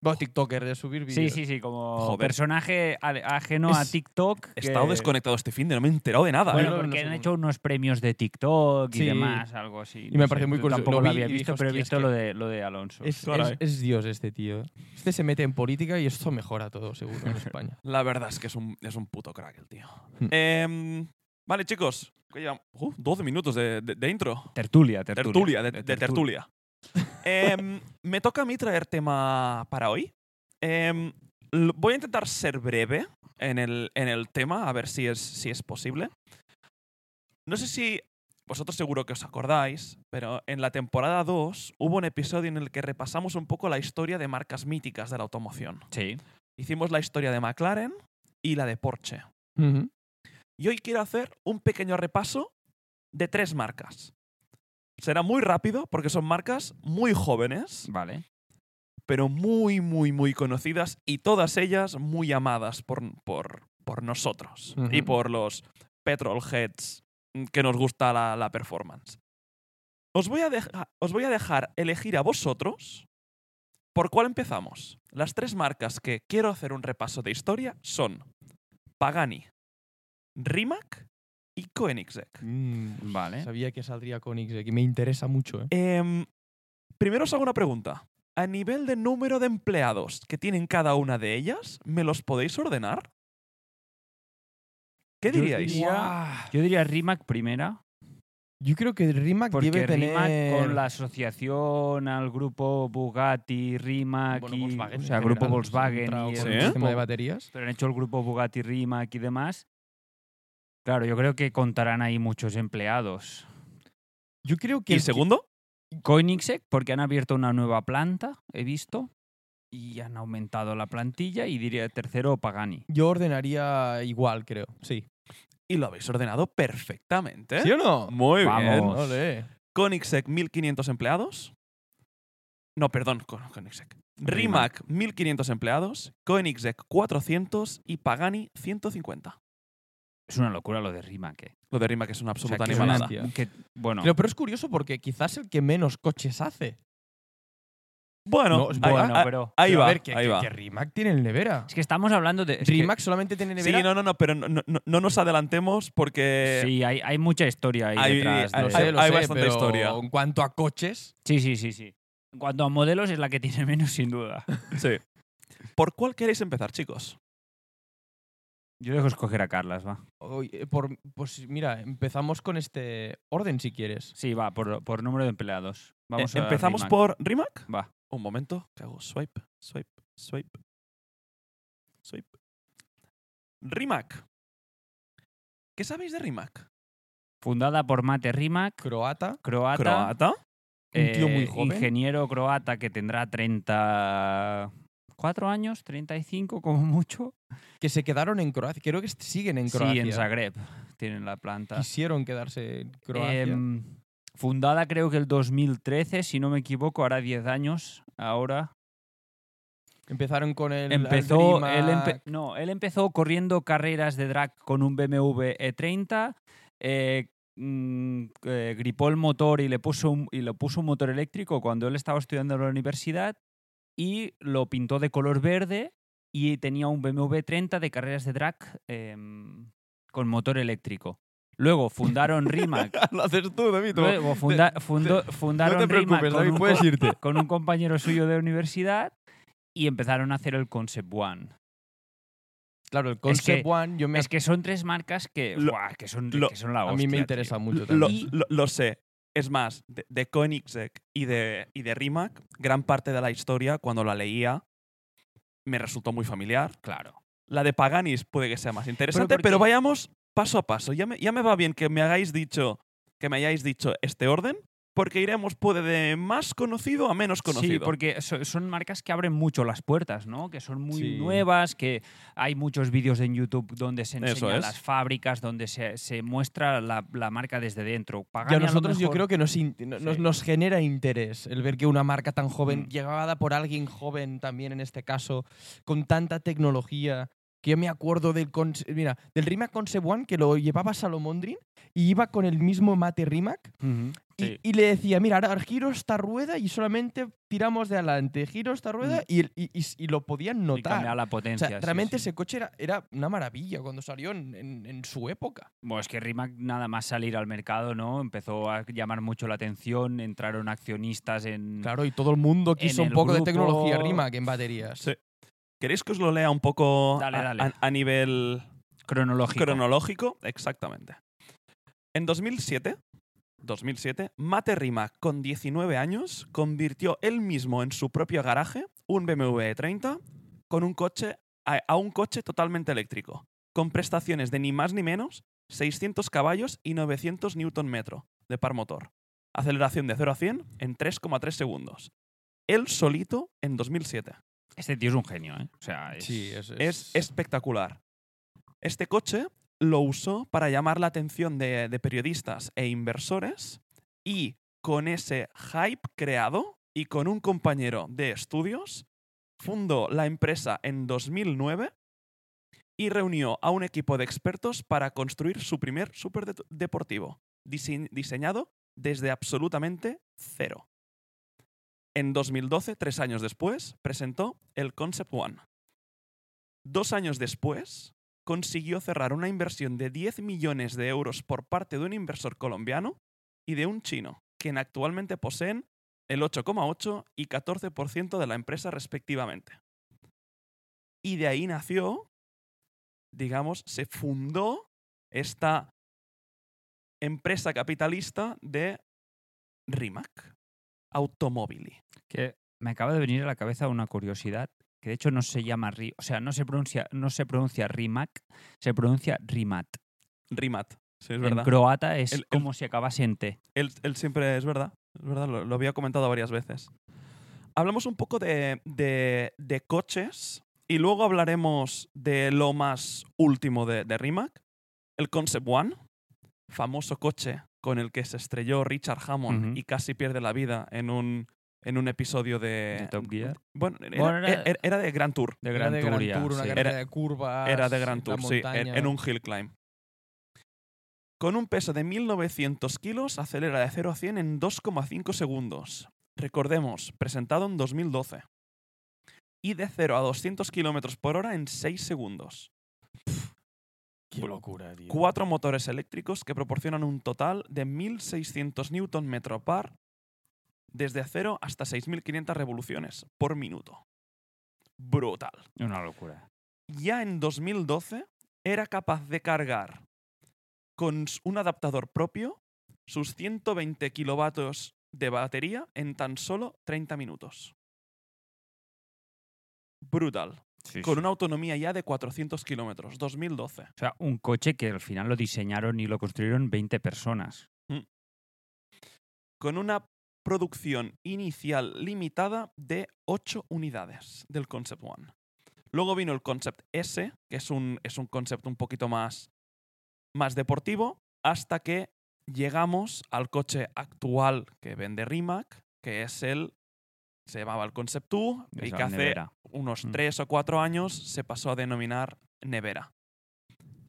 Speaker 2: Bueno, TikToker, de subir
Speaker 3: Sí,
Speaker 2: vídeos.
Speaker 3: sí, sí, como
Speaker 1: Joder.
Speaker 3: personaje ale- ajeno a
Speaker 2: Es-
Speaker 3: TikTok.
Speaker 1: He estado
Speaker 3: que-
Speaker 1: desconectado este fin de no me he enterado de nada.
Speaker 2: Bueno,
Speaker 1: ¿eh?
Speaker 3: Bueno,
Speaker 2: no
Speaker 3: porque
Speaker 2: sé
Speaker 3: han
Speaker 2: cómo.
Speaker 3: hecho unos premios de TikTok y
Speaker 2: Sí.
Speaker 3: demás, algo así.
Speaker 2: Y me parece muy curioso.
Speaker 3: Tampoco
Speaker 2: Lo
Speaker 3: lo,
Speaker 2: vi
Speaker 3: había
Speaker 2: y dije,
Speaker 3: visto, pero he
Speaker 2: "Hostia, es
Speaker 3: visto
Speaker 2: que
Speaker 3: lo de, lo de Alonso. eh,
Speaker 2: Es,
Speaker 1: Caray.
Speaker 2: es- es Dios este tío. Este se mete en política y esto mejora todo, seguro, en España.
Speaker 1: La verdad es que es un, es un puto crack el tío.
Speaker 2: Hmm.
Speaker 1: Em, vale, chicos. que llevamos- uh, 12 minutos de, de- de intro.
Speaker 3: tertulia, tertulia.
Speaker 1: Tertulia, de, de tertulia. Em, me toca a mí traer tema para hoy. Em, l- voy a intentar ser breve en el, en el tema, a ver si es, si es posible. No sé si vosotros seguro que os acordáis, pero en la temporada 2 hubo un episodio en el que repasamos un poco la historia de marcas míticas de la automoción.
Speaker 3: Sí.
Speaker 1: Hicimos la historia de McLaren y la de Porsche.
Speaker 2: Ujú.
Speaker 1: Y hoy quiero hacer un pequeño repaso de tres marcas. Será muy rápido porque son marcas muy jóvenes,
Speaker 3: Vale.
Speaker 1: pero muy, muy, muy conocidas y todas ellas muy amadas por, por, por nosotros
Speaker 2: Ujú.
Speaker 1: y por los petrolheads mm, que nos gusta la, la performance. Os voy, a deja- os voy a dejar elegir a vosotros por cuál empezamos. Las tres marcas que quiero hacer un repaso de historia son Pagani, Rimac y Koenigsegg.
Speaker 2: Mm,
Speaker 3: Vale.
Speaker 2: Sabía que saldría con X, que me interesa mucho, ¿eh?
Speaker 1: Em, primero os hago una pregunta. A nivel de número de empleados que tienen cada una de ellas, ¿me los podéis ordenar? ¿Qué
Speaker 3: Yo
Speaker 1: diríais?
Speaker 3: diría- Yo diría Rimac primera,
Speaker 2: Yo creo que Rimac
Speaker 3: porque
Speaker 2: debe tener...
Speaker 3: Rimac con la asociación al grupo Bugatti, Rimac
Speaker 2: Bueno,
Speaker 3: y.
Speaker 2: Volkswagen
Speaker 3: o
Speaker 2: en
Speaker 3: sea, grupo
Speaker 2: general,
Speaker 3: Volkswagen
Speaker 2: entra
Speaker 3: y.
Speaker 2: con
Speaker 1: Sí,
Speaker 3: el
Speaker 1: ¿eh?
Speaker 2: el sistema de
Speaker 3: grupo-
Speaker 2: baterías.
Speaker 3: pero han hecho el grupo Bugatti, Rimac y demás. Claro, yo creo que contarán ahí muchos empleados.
Speaker 2: Yo creo que
Speaker 1: ¿Y
Speaker 2: el que-
Speaker 1: segundo?
Speaker 3: Koenigsegg, porque han abierto una nueva planta, he visto, y han aumentado la plantilla, y diría tercero Pagani.
Speaker 2: yo ordenaría igual, creo. Sí.
Speaker 1: Y lo habéis ordenado
Speaker 3: ¿Eh?
Speaker 1: perfectamente.
Speaker 2: ¿Sí o no?
Speaker 1: Muy bien.
Speaker 3: Vamos.
Speaker 2: Ole.
Speaker 1: Koenigsegg, 1.500 empleados. No, perdón, Ko- Koenigsegg. Rimac,
Speaker 3: Rimac.
Speaker 1: 1.500 empleados. Koenigsegg, 400. Y Pagani, 150.
Speaker 3: Es una locura lo de Rimac. eh.
Speaker 1: Lo de Rimac es una
Speaker 3: O sea,
Speaker 1: absoluta
Speaker 3: que es una-
Speaker 1: animalada.
Speaker 2: bestia.
Speaker 3: que- bueno,
Speaker 2: Pero, pero es curioso porque quizás el que menos coches hace.
Speaker 1: Bueno,
Speaker 2: No, es
Speaker 1: ahí-
Speaker 3: bueno,
Speaker 1: ahí,
Speaker 3: pero
Speaker 1: pues, ah, ahí
Speaker 2: Pero
Speaker 1: va.
Speaker 2: A ver, que,
Speaker 1: ahí
Speaker 2: que-
Speaker 1: va.
Speaker 2: que Rimac tiene el nevera.
Speaker 3: es que estamos hablando de. es que-
Speaker 2: Rimac solamente tiene
Speaker 1: Sí,
Speaker 2: nevera.
Speaker 1: no, no, no, pero no, no- no- no nos adelantemos
Speaker 2: Eh,
Speaker 1: porque.
Speaker 3: sí, hay, hay mucha historia ahí
Speaker 1: Hay-
Speaker 3: detrás.
Speaker 1: hay-
Speaker 3: de-
Speaker 2: Lo sé,
Speaker 1: hay-
Speaker 2: lo sé,
Speaker 1: bastante
Speaker 2: pero
Speaker 1: historia.
Speaker 2: En cuanto a coches,
Speaker 3: sí, sí, sí, sí. En cuanto a modelos, es la que tiene menos, sin duda.
Speaker 1: sí. ¿Por cuál queréis empezar, chicos?
Speaker 3: Yo dejo escoger a Carlas, va.
Speaker 2: hoy, eh, por, pues mira, empezamos con este orden si quieres.
Speaker 3: Sí, va, por, por número de empleados. Vamos
Speaker 2: E
Speaker 1: Eh,
Speaker 3: a
Speaker 1: ¿Empezamos
Speaker 3: Rimac.
Speaker 1: por Rimac?
Speaker 3: Va.
Speaker 1: Un momento, que hago swipe, swipe, swipe, swipe. Rimac. ¿Qué sabéis de Rimac?
Speaker 3: Fundada por Mate Rimac,
Speaker 2: Croata.
Speaker 3: croata.
Speaker 1: Croata.
Speaker 2: Un tío muy
Speaker 3: eh,
Speaker 2: joven.
Speaker 3: Ingeniero croata que tendrá 34 años, 35 como mucho.
Speaker 2: Que se quedaron en Croacia. Creo que siguen en Croacia.
Speaker 3: Sí, en Zagreb tienen la planta.
Speaker 2: Quisieron quedarse en Croacia.
Speaker 3: Em, fundada creo que el 2013, si no me equivoco, hará 10 años ahora.
Speaker 2: Empezaron con el.
Speaker 3: empezó,
Speaker 2: Algrima-
Speaker 3: él empe- no, él empezó corriendo carreras de drag con un BMW E30. E eh, mm, eh, gripó el motor y le, puso un, y le puso un motor eléctrico cuando él estaba estudiando en la universidad y lo pintó de color verde y tenía un BMW 30 E de carreras de drag em, con motor eléctrico. Luego fundaron Rimac
Speaker 2: Lo haces tú, David. tú.
Speaker 3: Luego funda- fundó- fundaron
Speaker 2: no te
Speaker 3: Rimac
Speaker 2: preocupes,
Speaker 3: con,
Speaker 2: David,
Speaker 3: un
Speaker 2: puedes
Speaker 3: co-
Speaker 2: irte.
Speaker 3: con un compañero suyo de universidad y empezaron a hacer el Concept One.
Speaker 2: Claro, el Concept
Speaker 3: Es que-
Speaker 2: One, yo me.
Speaker 3: Es que son tres marcas que,
Speaker 1: Lo-
Speaker 3: buah, que, son,
Speaker 1: lo-
Speaker 3: que son la
Speaker 2: a
Speaker 3: hostia.
Speaker 2: mí me
Speaker 3: tío.
Speaker 2: interesa mucho
Speaker 1: Lo,
Speaker 2: también.
Speaker 1: lo- lo sé. Es más, de, de Koenigsegg y de, y de Rimac, gran parte de la historia, cuando la leía, me resultó muy familiar.
Speaker 3: Claro.
Speaker 1: La de Paganis puede que sea más interesante,
Speaker 3: porque-
Speaker 1: pero, vayamos paso a paso. Ya me, ya me va bien que me hagáis dicho que me hayáis dicho este orden, porque iremos puede de más conocido a menos conocido.
Speaker 3: Sí, porque so- son marcas que abren mucho las puertas, ¿no? Que son muy
Speaker 2: Sí.
Speaker 3: nuevas, que hay muchos vídeos en YouTube donde se
Speaker 1: Eso
Speaker 3: enseñan
Speaker 1: es.
Speaker 3: las fábricas, donde se, se muestra la, la marca desde dentro.
Speaker 2: Y
Speaker 3: Pagani
Speaker 2: a
Speaker 3: lo
Speaker 2: nosotros yo
Speaker 3: mejor-
Speaker 2: creo que nos, in- no- nos,
Speaker 3: Sí.
Speaker 2: nos genera interés el ver que una marca tan joven,
Speaker 1: Mm.
Speaker 2: llevada por alguien joven también en este caso, con tanta tecnología, que yo me acuerdo del, cons- mira, del Rimac Concept One que lo llevaba Salomondrin y iba con el mismo mate Rimac
Speaker 3: Ujú,
Speaker 2: y,
Speaker 3: sí.
Speaker 2: y le decía, mira, ahora giro esta rueda y solamente tiramos de adelante, giro esta rueda
Speaker 3: Mm.
Speaker 2: y, el- y- y s- y lo podían
Speaker 3: Y cambiar
Speaker 2: notar.
Speaker 3: la
Speaker 2: O
Speaker 3: potencia.
Speaker 2: sea,
Speaker 3: sí,
Speaker 2: realmente
Speaker 3: sí.
Speaker 2: ese coche era, era una maravilla cuando salió en- en- en su época.
Speaker 3: Bueno, es que Rimac nada más salir al mercado, ¿no? Empezó a llamar mucho la atención, entraron accionistas
Speaker 1: Mm.
Speaker 3: en...
Speaker 2: Claro, y todo el mundo quiso
Speaker 3: En
Speaker 2: un
Speaker 3: el
Speaker 2: poco de
Speaker 3: grupo-
Speaker 2: tecnología Rimac en baterías.
Speaker 1: Sí. ¿Queréis que os lo lea un poco
Speaker 3: Dale,
Speaker 1: a-
Speaker 3: dale.
Speaker 1: a- a nivel
Speaker 3: Cronológico.
Speaker 1: cronológico, exactamente. En 2007, 2007, Mate Rimac, con 19 años, convirtió él mismo en su propio garaje un BMW E30 con un coche a, a un coche totalmente eléctrico, con prestaciones de ni más ni menos 600 caballos y 900 newton metro de par motor. Aceleración de 0 a 100 en 3,3 segundos. Él solito en 2007.
Speaker 3: Este tío es un genio, ¿eh? O sea, es...
Speaker 2: Sí, es,
Speaker 1: Es espectacular. Este coche lo usó para llamar la atención de, de periodistas e inversores y con ese hype creado y con un compañero de estudios, fundó la empresa en 2009 y reunió a un equipo de expertos para construir su primer superdeportivo, diseñado desde absolutamente cero. En 2012, tres años después, presentó el Concept One. Dos años después, consiguió cerrar una inversión de 10 millones de euros por parte de un inversor colombiano y de un chino, quien actualmente poseen el 8,8 y 14% de la empresa respectivamente. Y de ahí nació, digamos, se fundó esta empresa capitalista de Rimac Automobili.
Speaker 3: Que me acaba de venir a la cabeza una curiosidad, que de hecho no se llama Ri... O sea, no se pronuncia, no se pronuncia Rimac, se pronuncia Rimat.
Speaker 1: Rimat, sí, es
Speaker 3: En
Speaker 1: verdad.
Speaker 3: croata es
Speaker 1: El- el-
Speaker 3: como si acabase en T.
Speaker 1: Él, él siempre es verdad, es verdad, lo, lo había comentado varias veces. Hablamos un poco de, de- de coches y luego hablaremos de lo más último de, de Rimac, el Concept One, famoso coche con el que se estrelló Richard Hammond
Speaker 3: Ujú.
Speaker 1: y casi pierde la vida en un, en un episodio de,
Speaker 3: De Top Gear.
Speaker 1: Bueno, era,
Speaker 3: Bueno, era-
Speaker 1: era- era de Grand Tour.
Speaker 3: De
Speaker 2: Era
Speaker 3: Gran,
Speaker 2: de Gran
Speaker 3: Turia,
Speaker 2: Tour, una
Speaker 3: sí.
Speaker 2: carrera de curvas.
Speaker 1: Era de Grand
Speaker 2: la
Speaker 1: Tour, sí, en,
Speaker 2: montaña.
Speaker 1: en un hill climb. Con un peso de 1900 kilos, acelera de 0 a 100 en 2,5 segundos. Recordemos, presentado en 2012. Y de 0 a 200 kilómetros por hora en 6 segundos.
Speaker 2: Qué locura, tío.
Speaker 1: Cuatro motores eléctricos que proporcionan un total de 1600 Nm par desde 0 hasta 6500 revoluciones por minuto. Brutal.
Speaker 3: Una locura.
Speaker 1: ya en 2012 era capaz de cargar con s- un adaptador propio sus 120 kilovatios de batería en tan solo 30 minutos. Brutal.
Speaker 3: Sí,
Speaker 1: con
Speaker 3: sí.
Speaker 1: una autonomía ya de 400 kilómetros, 2012.
Speaker 3: O sea, un coche que al final lo diseñaron y lo construyeron 20 personas.
Speaker 1: Con una producción inicial limitada de 8 unidades del Concept One. Luego vino el Concept S, que es un, es un concepto un poquito más, más deportivo, hasta que llegamos al coche actual que vende Rimac, que es el. Se llamaba el Concept 2 y
Speaker 3: Esa
Speaker 1: que hace
Speaker 3: nevera.
Speaker 1: unos
Speaker 3: Mm.
Speaker 1: 3 o 4 años se pasó a denominar nevera.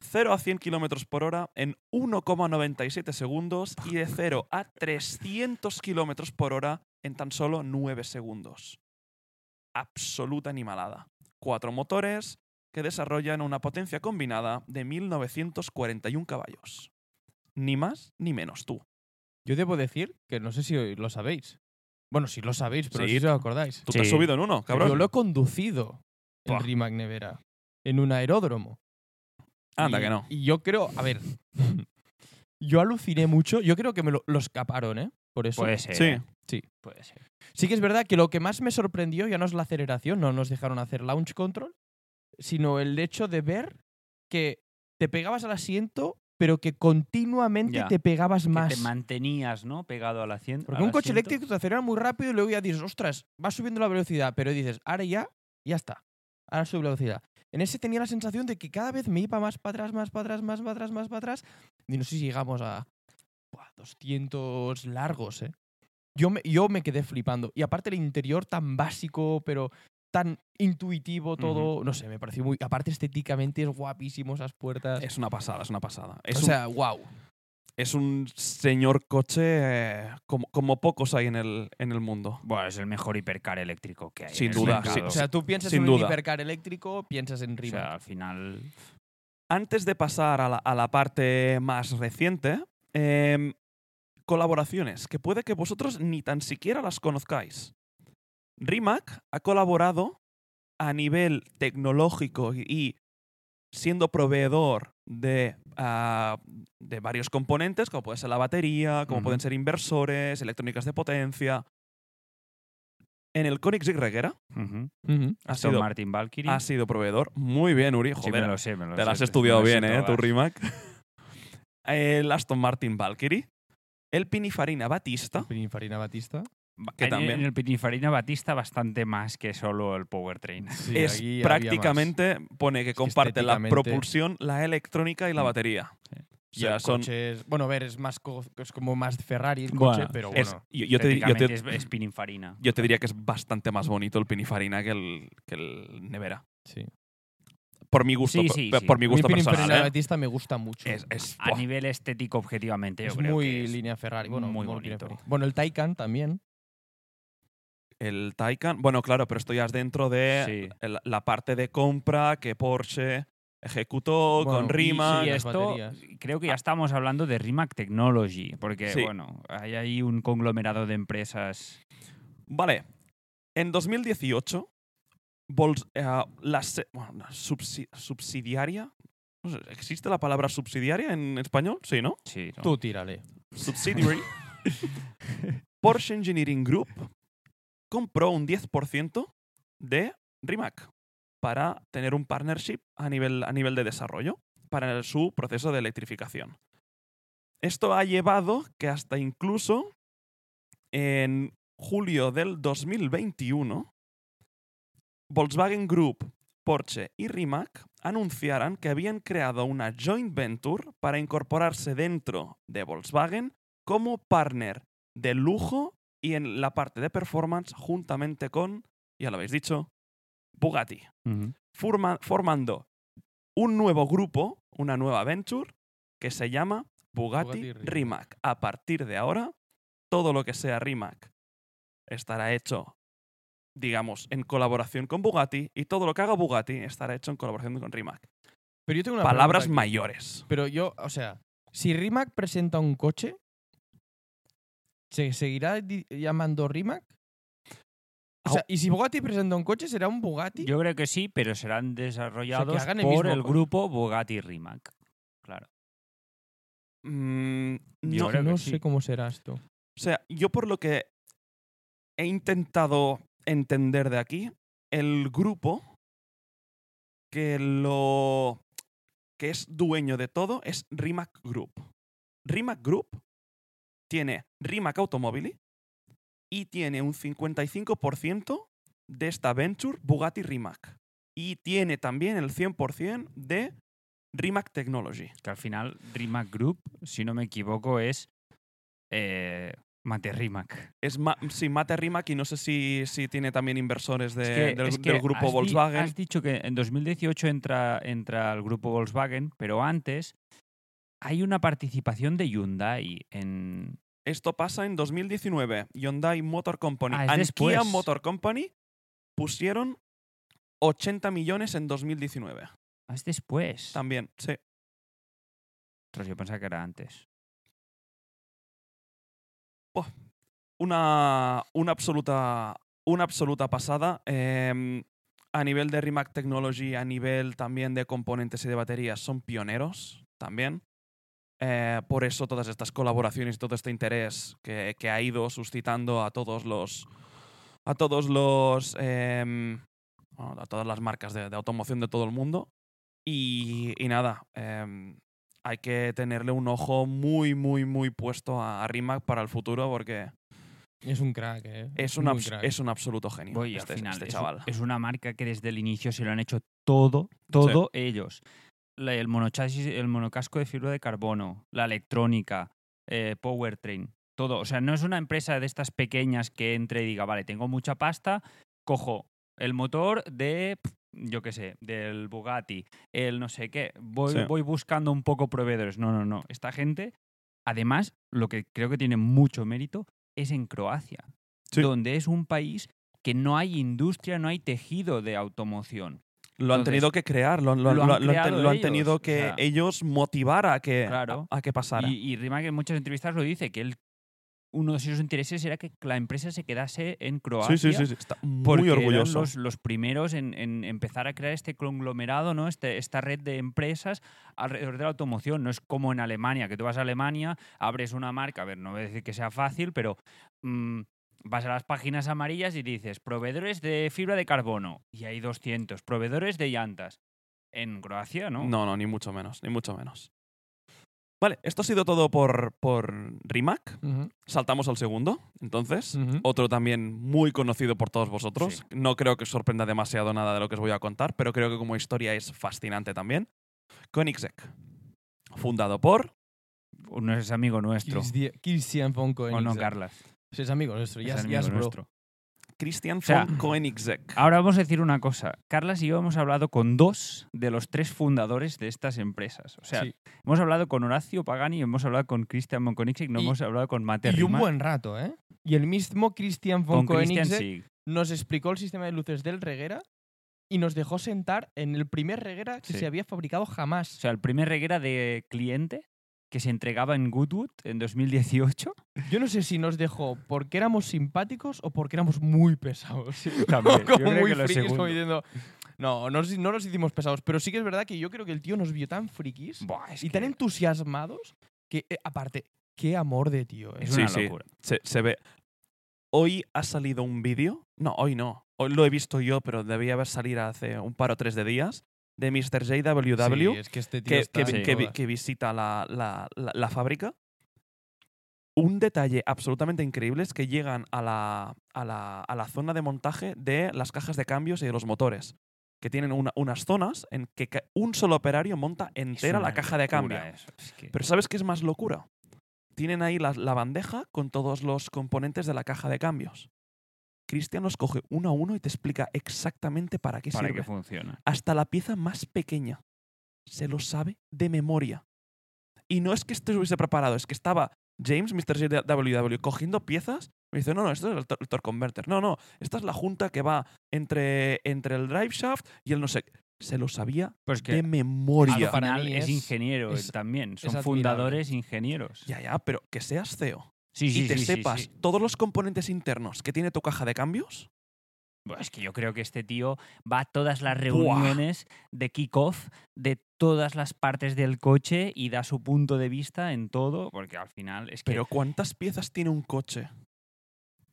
Speaker 1: 0 a 100 kilómetros por hora en 1,97 segundos y de 0 a 300 kilómetros por hora en tan solo 9 segundos. Absoluta animalada. Cuatro motores que desarrollan una potencia combinada de 1941 caballos. Ni más ni menos tú.
Speaker 2: Yo debo decir que no sé si lo sabéis. Bueno, si lo sabéis, pero
Speaker 1: Sí.
Speaker 2: si os acordáis.
Speaker 1: Tú te has
Speaker 3: Sí.
Speaker 1: subido en uno,
Speaker 2: Yo
Speaker 1: cabrón.
Speaker 2: lo he conducido en
Speaker 1: Buah.
Speaker 2: Rimac Nevera, en un aeródromo.
Speaker 1: Anda,
Speaker 2: Y-
Speaker 1: que no.
Speaker 2: Y yo creo, a ver, yo aluciné mucho. Yo creo que me lo, lo escaparon, ¿eh? Por eso.
Speaker 3: Puede ser.
Speaker 1: Sí.
Speaker 3: ¿eh?
Speaker 2: Sí.
Speaker 3: Puede ser.
Speaker 2: Sí que es verdad que lo que más me sorprendió ya no es la aceleración, no nos dejaron hacer launch control, sino el hecho de ver que te pegabas al asiento, pero que continuamente
Speaker 3: Ya.
Speaker 2: te pegabas
Speaker 3: Que
Speaker 2: más.
Speaker 3: te mantenías, ¿no? Pegado a la hacienda.
Speaker 2: Porque un coche eléctrico te acelera muy rápido y luego ya dices, ostras, vas subiendo la velocidad, pero dices, ahora ya, ya está. Ahora sube la velocidad. En ese tenía la sensación de que cada vez me iba más para atrás, más para atrás, más para atrás, más para atrás. Y no sé si llegamos a buah, 200 largos, ¿eh? Yo me, yo me quedé flipando. Y aparte el interior tan básico, pero tan intuitivo todo. No sé, me pareció muy... Aparte estéticamente es guapísimo esas puertas.
Speaker 1: Es una pasada, es una pasada. Es
Speaker 2: o
Speaker 1: un-
Speaker 2: sea, wow.
Speaker 1: es un señor coche eh, como, como pocos hay en el, en el mundo.
Speaker 3: Bueno, es el mejor hipercar eléctrico que hay. en
Speaker 1: Sin
Speaker 3: el
Speaker 1: duda,
Speaker 3: mercado.
Speaker 1: sí,
Speaker 2: O sea, tú piensas
Speaker 1: Sin
Speaker 2: en un
Speaker 1: duda.
Speaker 2: hipercar eléctrico, piensas en
Speaker 3: O
Speaker 2: Rimac.
Speaker 3: sea, al final.
Speaker 1: Antes de pasar a la, a la parte más reciente, em, colaboraciones que puede que vosotros ni tan siquiera las conozcáis. Rimac ha colaborado a nivel tecnológico y- y siendo proveedor de, ah, de varios componentes, como puede ser la batería, como
Speaker 3: Ujú.
Speaker 1: pueden ser inversores, electrónicas de potencia. En el Koenigsegg Reguera,
Speaker 3: Ujú.
Speaker 2: Ujú.
Speaker 1: Ha
Speaker 3: Aston
Speaker 1: sido,
Speaker 3: Martin Valkyrie.
Speaker 1: ha sido proveedor. Muy bien, Uri.
Speaker 3: Sí, me
Speaker 1: Joder,
Speaker 3: lo sé, me lo
Speaker 1: te
Speaker 3: sé,
Speaker 1: la has
Speaker 3: me
Speaker 1: estudiado
Speaker 3: lo sé
Speaker 1: bien, ¿eh? Tu
Speaker 3: todas.
Speaker 1: rimac. El Aston Martin Valkyrie. El Pinifarina Batista.
Speaker 2: Pininfarina Batista.
Speaker 3: Ba-
Speaker 1: que
Speaker 3: en-
Speaker 1: también.
Speaker 3: En el Pininfarina Batista bastante más que solo el powertrain.
Speaker 1: es prácticamente, pone que comparte la
Speaker 2: estéticamente-
Speaker 1: propulsión, la electrónica y la
Speaker 3: Mm.
Speaker 1: batería.
Speaker 3: Sí.
Speaker 1: O sea, son.
Speaker 2: bueno, a ver, es, más co- es como más Ferrari el
Speaker 3: Bueno,
Speaker 2: coche, pero
Speaker 1: es-
Speaker 2: bueno.
Speaker 1: yo, yo te, di- yo, te,
Speaker 3: Estéticamente es, es Pininfarina.
Speaker 1: yo te diría que es bastante más bonito el Pinifarina que el, que el Nevera.
Speaker 2: sí.
Speaker 1: Por mi gusto,
Speaker 3: Sí,
Speaker 1: pe-
Speaker 3: sí,
Speaker 1: pe-
Speaker 3: sí.
Speaker 1: por mi
Speaker 2: Mi
Speaker 1: gusto personal.
Speaker 2: Pininfarina
Speaker 1: ¿eh?
Speaker 2: Batista me gusta mucho.
Speaker 1: Es, es-
Speaker 3: A
Speaker 1: buah,
Speaker 3: nivel estético, objetivamente, yo
Speaker 2: Es
Speaker 3: creo
Speaker 2: muy
Speaker 3: que es-
Speaker 2: línea Ferrari. Bueno,
Speaker 3: muy
Speaker 2: como
Speaker 3: bonito.
Speaker 2: Ferrari. Bueno, el Taycan también.
Speaker 1: el Taycan. Bueno, claro, pero esto ya es dentro de
Speaker 3: Sí.
Speaker 1: el- la parte de compra que Porsche ejecutó
Speaker 2: Bueno,
Speaker 1: con
Speaker 2: y-
Speaker 1: Rimac.
Speaker 3: Y
Speaker 2: las
Speaker 3: esto,
Speaker 2: baterías.
Speaker 3: creo que ya estamos hablando de Rimac Technology, porque,
Speaker 1: Sí.
Speaker 3: Ah. bueno, hay ahí un conglomerado de empresas.
Speaker 1: Vale. En 2018, Vols- eh, la se- bueno, no, subsi- subsidiaria. No sé, ¿Existe la palabra subsidiaria en español? Sí, ¿no?
Speaker 3: Sí, ¿no?
Speaker 2: Tú tírale.
Speaker 1: Subsidiary. Porsche Engineering Group compró un 10% de Rimac para tener un partnership a nivel, a nivel de desarrollo para su proceso de electrificación. Esto ha llevado que hasta incluso en julio del 2021, Volkswagen Group, Porsche y Rimac anunciaran que habían creado una joint venture para incorporarse dentro de Volkswagen como partner de lujo y en la parte de performance juntamente con, ya lo habéis dicho, Bugatti
Speaker 3: Ujú.
Speaker 1: forma- formando un nuevo grupo, una nueva venture, que se llama Bugatti,
Speaker 2: Bugatti
Speaker 1: Rimac.
Speaker 2: Rimac.
Speaker 1: A partir de ahora, todo lo que sea Rimac estará hecho, digamos, en colaboración con Bugatti y todo lo que haga Bugatti estará hecho en colaboración con Rimac.
Speaker 2: Pero yo tengo una
Speaker 1: Palabras
Speaker 2: pregunta aquí.
Speaker 1: mayores.
Speaker 2: Pero yo, o sea, si Rimac presenta un coche, ¿se seguirá di- llamando Rimac? O sea, y si Bugatti presenta un coche, ¿será un Bugatti?
Speaker 3: Yo creo que sí, pero serán desarrollados
Speaker 2: hagan el
Speaker 3: por
Speaker 2: mismo
Speaker 3: el
Speaker 2: co-
Speaker 3: grupo Bugatti Rimac. Claro.
Speaker 1: Mm,
Speaker 3: Yo
Speaker 1: no,
Speaker 3: creo que
Speaker 2: no
Speaker 3: sí.
Speaker 2: sé cómo será esto.
Speaker 1: O sea, yo por lo que he intentado entender de aquí, el grupo que lo que es dueño de todo es Rimac Group. Rimac Group tiene Rimac Automobili y tiene un 55% de esta venture Bugatti Rimac. Y tiene también el 100% de Rimac Technology.
Speaker 3: Que al final, Rimac Group, si no me equivoco, es eh, Mate Rimac.
Speaker 1: Es ma sí, Mate Rimac y no sé si, si tiene también inversores de-
Speaker 3: Es que-
Speaker 1: del,
Speaker 3: es
Speaker 1: del
Speaker 3: que
Speaker 1: grupo
Speaker 3: has di-
Speaker 1: Volkswagen.
Speaker 3: has dicho que en 2018 entra, entra el grupo Volkswagen, pero antes hay una participación de Hyundai en.
Speaker 1: Esto pasa en 2019. Hyundai Motor Company
Speaker 3: Ah, es
Speaker 1: and
Speaker 3: después.
Speaker 1: Kia Motor Company pusieron 80 millones en 2019.
Speaker 3: ah, Es después.
Speaker 1: También, sí.
Speaker 3: Ostras, yo pensaba que era antes.
Speaker 1: Una, una, absoluta, una absoluta pasada. Eh, a nivel de Rimac Technology, a nivel también de componentes y de baterías, son pioneros también. Eh, por eso todas estas colaboraciones y todo este interés que, que ha ido suscitando a todos los. a todos los. em, bueno, a todas las marcas de, de automoción de todo el mundo. Y, y nada, em, hay que tenerle un ojo muy, muy, muy puesto a, a Rimac para el futuro porque
Speaker 2: Es un crack, ¿eh?
Speaker 1: es un,
Speaker 2: Muy
Speaker 1: abs-
Speaker 2: crack.
Speaker 1: es un absoluto genio.
Speaker 3: Voy,
Speaker 1: este,
Speaker 3: al final,
Speaker 1: este
Speaker 3: es,
Speaker 1: chaval.
Speaker 3: es una marca que desde el inicio se lo han hecho todo, todo ellos. La- el, monochasis, el monocasco de fibra de carbono, la electrónica, eh, powertrain, todo. O sea, no es una empresa de estas pequeñas que entre y diga, vale, tengo mucha pasta, cojo el motor de, pf, yo qué sé, del Bugatti, el no sé qué, voy,
Speaker 1: Sí.
Speaker 3: voy buscando un poco proveedores. No, no, no. Esta gente, además, lo que creo que tiene mucho mérito es en Croacia,
Speaker 1: Sí.
Speaker 3: donde es un país que no hay industria, no hay tejido de automoción.
Speaker 1: Lo han
Speaker 3: Entonces,
Speaker 1: tenido que crear, lo, lo-
Speaker 3: lo
Speaker 1: lo-
Speaker 3: han
Speaker 1: lo han te-
Speaker 3: creado
Speaker 1: lo han
Speaker 3: ellos,
Speaker 1: tenido
Speaker 3: o
Speaker 1: que
Speaker 3: sea.
Speaker 1: ellos motivar a que,
Speaker 3: Claro.
Speaker 1: a, a que pasara.
Speaker 3: Y, y Rimac en muchas entrevistas lo dice, que él, uno de sus intereses era que la empresa se quedase en Croacia.
Speaker 1: sí, sí, sí, sí, Está muy
Speaker 3: porque eran
Speaker 1: orgulloso.
Speaker 3: los, los primeros en, en empezar a crear este conglomerado, ¿no? Este- esta red de empresas alrededor de la automoción. No es como en Alemania, que tú vas a Alemania, abres una marca, a ver, no voy a decir que sea fácil, pero mm, vas a las páginas amarillas y dices, proveedores de fibra de carbono, y hay 200, proveedores de llantas. En Croacia, ¿no?
Speaker 1: No, no, ni mucho menos, ni mucho menos. Vale, esto ha sido todo por, por Rimac.
Speaker 2: Ujú,
Speaker 1: Saltamos al segundo, entonces.
Speaker 2: ujú.
Speaker 1: Otro también muy conocido por todos vosotros.
Speaker 3: Mm. Sí.
Speaker 1: No creo que os sorprenda demasiado nada de lo que os voy a contar, pero creo que como historia es fascinante también. Koenigsegg, fundado por...
Speaker 3: Uno es amigo nuestro.
Speaker 2: Christi- Christian von
Speaker 3: O no,
Speaker 2: Koenigsegg.
Speaker 3: Carlas.
Speaker 2: Sí, es amigo nuestro,
Speaker 3: es
Speaker 2: ya es,
Speaker 3: amigo
Speaker 2: ya es bro.
Speaker 3: nuestro.
Speaker 1: Christian von
Speaker 3: sea,
Speaker 1: Koenigsegg.
Speaker 3: Ahora vamos a decir una cosa. Carlas y yo hemos hablado con dos de los tres fundadores de estas empresas. O sea,
Speaker 2: Sí.
Speaker 3: hemos hablado con Horacio Pagani, hemos hablado con Christian von Koenigsegg, no
Speaker 2: Y-
Speaker 3: hemos hablado con Mate
Speaker 2: Y un
Speaker 3: Riemann,
Speaker 2: buen rato, ¿eh? Y el mismo Christian von
Speaker 3: con Christian
Speaker 2: Koenigsegg
Speaker 3: sí.
Speaker 2: nos explicó el sistema de luces del Reguera y nos dejó sentar en el primer Reguera que
Speaker 3: Sí.
Speaker 2: se había fabricado jamás.
Speaker 3: O sea, el primer reguera de cliente que se entregaba en Goodwood en 2018.
Speaker 2: Yo no sé si nos dejó porque éramos simpáticos o porque éramos muy pesados.
Speaker 3: También, yo
Speaker 2: como
Speaker 3: creo que
Speaker 2: muy
Speaker 3: lo
Speaker 2: frikis, como
Speaker 3: segundo.
Speaker 2: diciendo... No, no, nos- no nos hicimos pesados, pero sí que es verdad que yo creo que el tío nos vio tan frikis
Speaker 3: Buah, es
Speaker 2: y tan
Speaker 3: que
Speaker 2: entusiasmados que, eh, aparte, qué amor de tío. ¿eh?
Speaker 3: es una
Speaker 1: Sí, sí.
Speaker 3: locura.
Speaker 1: Se, se ve. Hoy ha salido un vídeo. No, hoy no. Hoy lo he visto yo, pero debía haber salido hace un par o tres de días. De Mr. JW,
Speaker 2: Sí, es que este tío
Speaker 1: que,
Speaker 2: está
Speaker 1: que
Speaker 2: en
Speaker 1: vi- que vi-
Speaker 2: todas.
Speaker 1: que visita la, la- la- la fábrica. Un detalle absolutamente increíble es que llegan a la, a la- a la zona de montaje de las cajas de cambios y de los motores. Que tienen una- unas zonas en que ca- un solo operario monta
Speaker 3: Es
Speaker 1: entera la
Speaker 3: una
Speaker 1: caja de cambio.
Speaker 3: locura eso, es que-
Speaker 1: Pero ¿sabes qué es más locura? Tienen ahí la, la bandeja con todos los componentes de la caja de cambios. Cristian los coge uno a uno y te explica exactamente para qué
Speaker 3: para
Speaker 1: sirve.
Speaker 3: que funcione.
Speaker 1: Hasta la pieza más pequeña. Se lo sabe de memoria. Y no es que estuviese preparado, es que estaba James, Mr. WW, cogiendo piezas. Me dice, no, no, esto es el, tor- el torque converter. No, no, esta es la junta que va entre, entre el drive shaft y el no sé. qué". Se lo sabía
Speaker 3: Pues
Speaker 1: de
Speaker 3: que
Speaker 1: memoria.
Speaker 3: al
Speaker 2: Algo para
Speaker 3: final
Speaker 2: mí
Speaker 3: es,
Speaker 2: es-
Speaker 3: ingeniero
Speaker 2: es-
Speaker 3: él también. Son
Speaker 2: admirable.
Speaker 3: fundadores ingenieros.
Speaker 1: Ya, ya, pero que seas E CEO
Speaker 3: Sí, sí,
Speaker 1: y te
Speaker 3: sí, sí,
Speaker 1: sepas
Speaker 3: sí.
Speaker 1: todos los componentes internos que tiene tu caja de cambios,
Speaker 3: Bueno, es que yo creo que este tío va a todas las
Speaker 1: Buah.
Speaker 3: reuniones de kickoff de todas las partes del coche y da su punto de vista en todo, porque al final es que
Speaker 1: pero ¿cuántas piezas tiene un coche?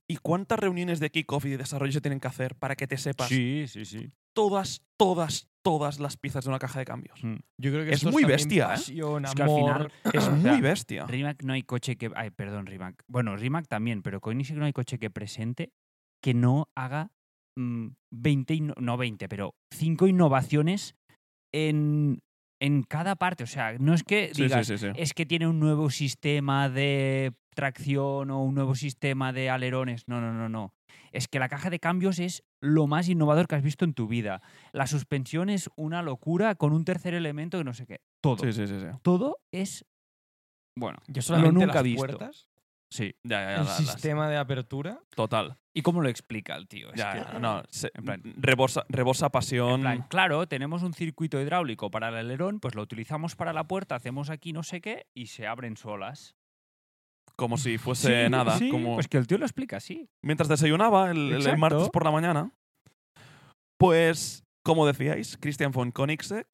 Speaker 1: ¿Y cuántas reuniones de kickoff y de desarrollo se tienen que hacer para que te sepas
Speaker 3: Sí, sí, sí.
Speaker 1: todas, todas, todas las piezas de una caja de cambios?
Speaker 3: Mm.
Speaker 2: Yo creo que
Speaker 1: Es
Speaker 2: esto
Speaker 1: muy
Speaker 2: también
Speaker 1: bestia, ¿eh?
Speaker 2: pasión,
Speaker 3: Es que al
Speaker 2: amor.
Speaker 3: final-
Speaker 1: Es
Speaker 3: O
Speaker 1: muy
Speaker 3: sea,
Speaker 1: bestia.
Speaker 3: Rimac no hay coche que. Ay, perdón, Rimac. Bueno, Rimac también, pero Koenigsegg no hay coche que presente que no haga mm, 20, inno- no 20, pero 5 innovaciones en, en cada parte. O sea, no es que
Speaker 1: Sí,
Speaker 3: digas, eh,
Speaker 1: sí, sí, sí.
Speaker 3: es que tiene un nuevo sistema de tracción o un nuevo sistema de alerones. No, no, no, no. Es que la caja de cambios es lo más innovador que has visto en tu vida. La suspensión es una locura con un tercer elemento que no sé qué. Todo.
Speaker 1: Sí, sí, sí, sí.
Speaker 3: Todo es. Bueno,
Speaker 2: Yo solamente
Speaker 3: nunca
Speaker 2: las
Speaker 3: visto.
Speaker 2: puertas,
Speaker 3: sí.
Speaker 1: Ya, ya, ya,
Speaker 2: el
Speaker 1: las- las-
Speaker 2: sistema de apertura.
Speaker 1: Total.
Speaker 3: ¿Y cómo lo explica el tío? Es
Speaker 1: Ya, eh.
Speaker 3: que-
Speaker 1: ya, no, se-
Speaker 3: en plan-
Speaker 1: rebosa, rebosa pasión.
Speaker 3: En plan, claro, tenemos un circuito hidráulico para el alerón, pues lo utilizamos para la puerta, hacemos aquí no sé qué y se abren solas.
Speaker 1: como si fuese
Speaker 3: Sí,
Speaker 1: nada.
Speaker 3: sí,
Speaker 1: como
Speaker 3: Pues que el tío lo explica así.
Speaker 1: Mientras desayunaba el, el
Speaker 3: Exacto.
Speaker 1: martes por la mañana. Pues, como decíais, Christian von Koenigsegg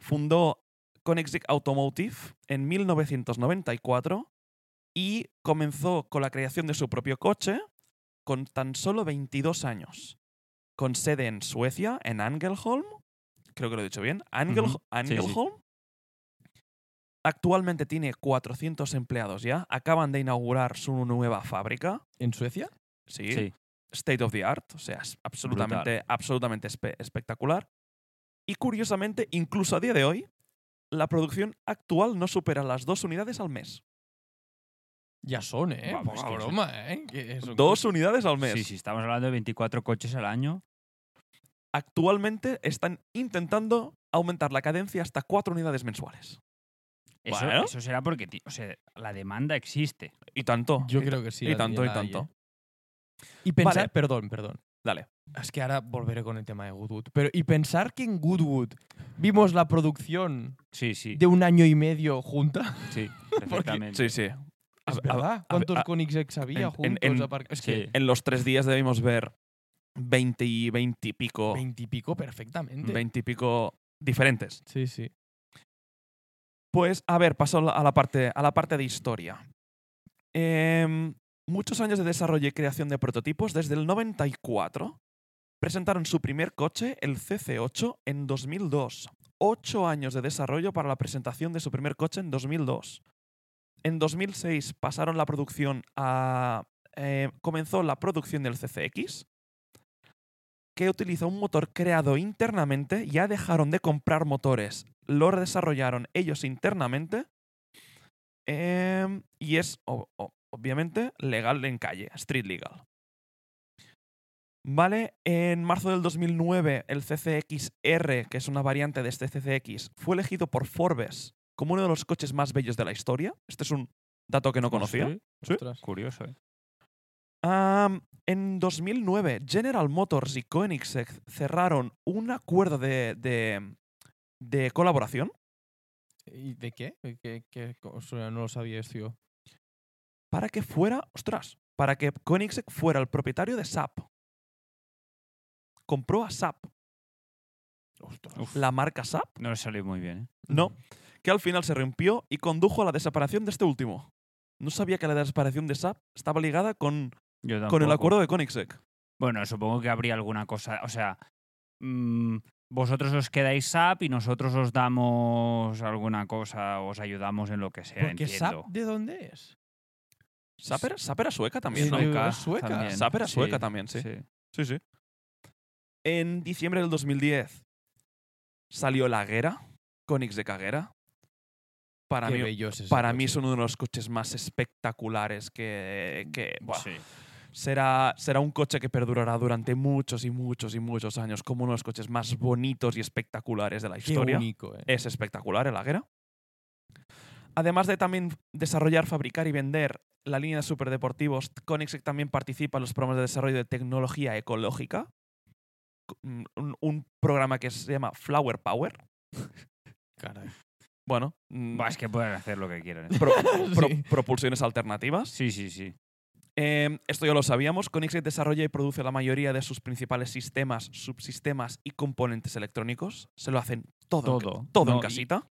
Speaker 1: fundó Koenigsegg Automotive en 1994 y comenzó con la creación de su propio coche con tan solo 22 años. Con sede en Suecia, en Angelholm. Creo que lo he dicho bien. Angel-
Speaker 3: Ujú, sí, sí.
Speaker 1: Angelholm. Actualmente tiene 400 empleados ya. Acaban de inaugurar su nueva fábrica.
Speaker 2: ¿En Suecia?
Speaker 1: Sí. State of the art. O sea, es absolutamente, absolutamente espe- espectacular. Y curiosamente, incluso a día de hoy, la producción actual no supera las dos unidades al mes.
Speaker 2: Ya son, ¿eh?
Speaker 3: Vamos,
Speaker 2: Poca
Speaker 3: que-
Speaker 2: broma, ¿eh? Que eso-
Speaker 1: Dos unidades al mes.
Speaker 3: Sí, sí, estamos hablando de 24 coches al año.
Speaker 1: Actualmente están intentando aumentar la cadencia hasta cuatro unidades mensuales.
Speaker 3: Eso,
Speaker 1: Bueno.
Speaker 3: eso será porque ti- o sea, la demanda existe.
Speaker 1: Y tanto.
Speaker 2: Yo
Speaker 1: y
Speaker 2: creo que sí.
Speaker 1: y
Speaker 2: la
Speaker 1: tanto, y
Speaker 2: tienen ahí,
Speaker 1: tanto.
Speaker 2: ¿eh? Y pensar,
Speaker 1: Vale.
Speaker 2: perdón, perdón.
Speaker 1: Dale.
Speaker 2: Es que ahora volveré con el tema de Goodwood. Pero y pensar que en Goodwood vimos la producción
Speaker 3: Sí, sí,
Speaker 2: de un año y medio junta.
Speaker 3: sí, perfectamente.
Speaker 1: Sí, sí. A-
Speaker 2: Es
Speaker 1: a-
Speaker 2: verdad. ¿Cuántos
Speaker 1: a-
Speaker 2: Koenigsegg
Speaker 1: en-
Speaker 2: había
Speaker 1: en-
Speaker 2: juntos?
Speaker 1: en-
Speaker 2: apar- es
Speaker 3: sí.
Speaker 2: que
Speaker 1: en los tres días debimos ver 20 y 20 y pico,
Speaker 2: 20 y pico perfectamente.
Speaker 1: 20 y pico diferentes.
Speaker 2: Sí, sí.
Speaker 1: Pues, a ver, paso a la- a la parte, a la parte de historia. Em, muchos años de desarrollo y creación de prototipos. Desde el 94 presentaron su primer coche, el CC8, en 2002. Ocho años de desarrollo para la presentación de su primer coche en 2002. En 2006 pasaron la producción a... eh, comenzó la producción del CCX, que utiliza un motor creado internamente. Ya dejaron de comprar motores, lo desarrollaron ellos internamente. em, y es, o- o- obviamente, legal en calle, street legal. Vale, en marzo del 2009 el CCXR, que es una variante de este CCX, fue elegido por Forbes como uno de los coches más bellos de la historia. Este es un dato que no conocía.
Speaker 3: Ah, Sí,
Speaker 1: Sí.
Speaker 2: Ostras.
Speaker 3: Curioso, ¿eh?
Speaker 1: Am, en 2009, General Motors y Koenigsegg cerraron un acuerdo de, de- de colaboración
Speaker 2: ¿Y de qué? ¿Qué, qué- qué cosa? no lo sabía esto yo.
Speaker 1: para que fuera, ostras, para que Koenigsegg fuera el propietario de SAP. Compró a SAP,
Speaker 3: Uf,
Speaker 1: la marca SAP,
Speaker 3: No le salió muy bien, ¿eh?
Speaker 1: no, que al final se rompió y condujo a la desaparición de este último. No sabía que la desaparición de SAP estaba ligada con,
Speaker 3: Yo
Speaker 1: con el
Speaker 3: tampoco.
Speaker 1: acuerdo de Koenigsegg.
Speaker 3: Bueno, supongo que habría alguna cosa. O sea, mm, vosotros os quedáis SAP y nosotros os damos alguna cosa, os ayudamos en lo que sea.
Speaker 2: Porque
Speaker 3: entiendo.
Speaker 2: SAP, ¿de dónde es?
Speaker 1: SAP era, SAP era sueca también,
Speaker 2: Sí,
Speaker 1: ¿no?
Speaker 2: sí. es sueca.
Speaker 1: SAP era sueca también, sí. Sí, sí. En diciembre del 2010 salió la Guerra, Koenigsegg Aguera. Para
Speaker 2: Qué
Speaker 1: mí,
Speaker 2: bello es ese
Speaker 1: para mí
Speaker 2: coche.
Speaker 1: es uno de los coches más espectaculares que, que, buah,
Speaker 3: Sí.
Speaker 1: será, será un coche que perdurará durante muchos y muchos y muchos años como uno de los coches más bonitos y espectaculares de la
Speaker 2: Qué
Speaker 1: historia.
Speaker 2: único, ¿eh?
Speaker 1: Es espectacular el Aguera. Además de también desarrollar, fabricar y vender la línea de superdeportivos, Koenigsegg también participa en los programas de desarrollo de tecnología ecológica. Co- un- Un, un programa que se llama Flower Power.
Speaker 2: Caray.
Speaker 1: Bueno, mm,
Speaker 3: Buah, es que pueden hacer lo que quieran. ¿eh?
Speaker 1: pro- pro-
Speaker 2: Sí.
Speaker 1: propulsiones alternativas.
Speaker 3: Sí, sí, sí.
Speaker 1: Eh, esto ya lo sabíamos. Koenigsegg desarrolla y produce la mayoría de sus principales sistemas, subsistemas y componentes electrónicos. Se lo hacen todo, en ca-
Speaker 3: Todo.
Speaker 1: todo
Speaker 3: No,
Speaker 1: en
Speaker 3: y-
Speaker 1: casita.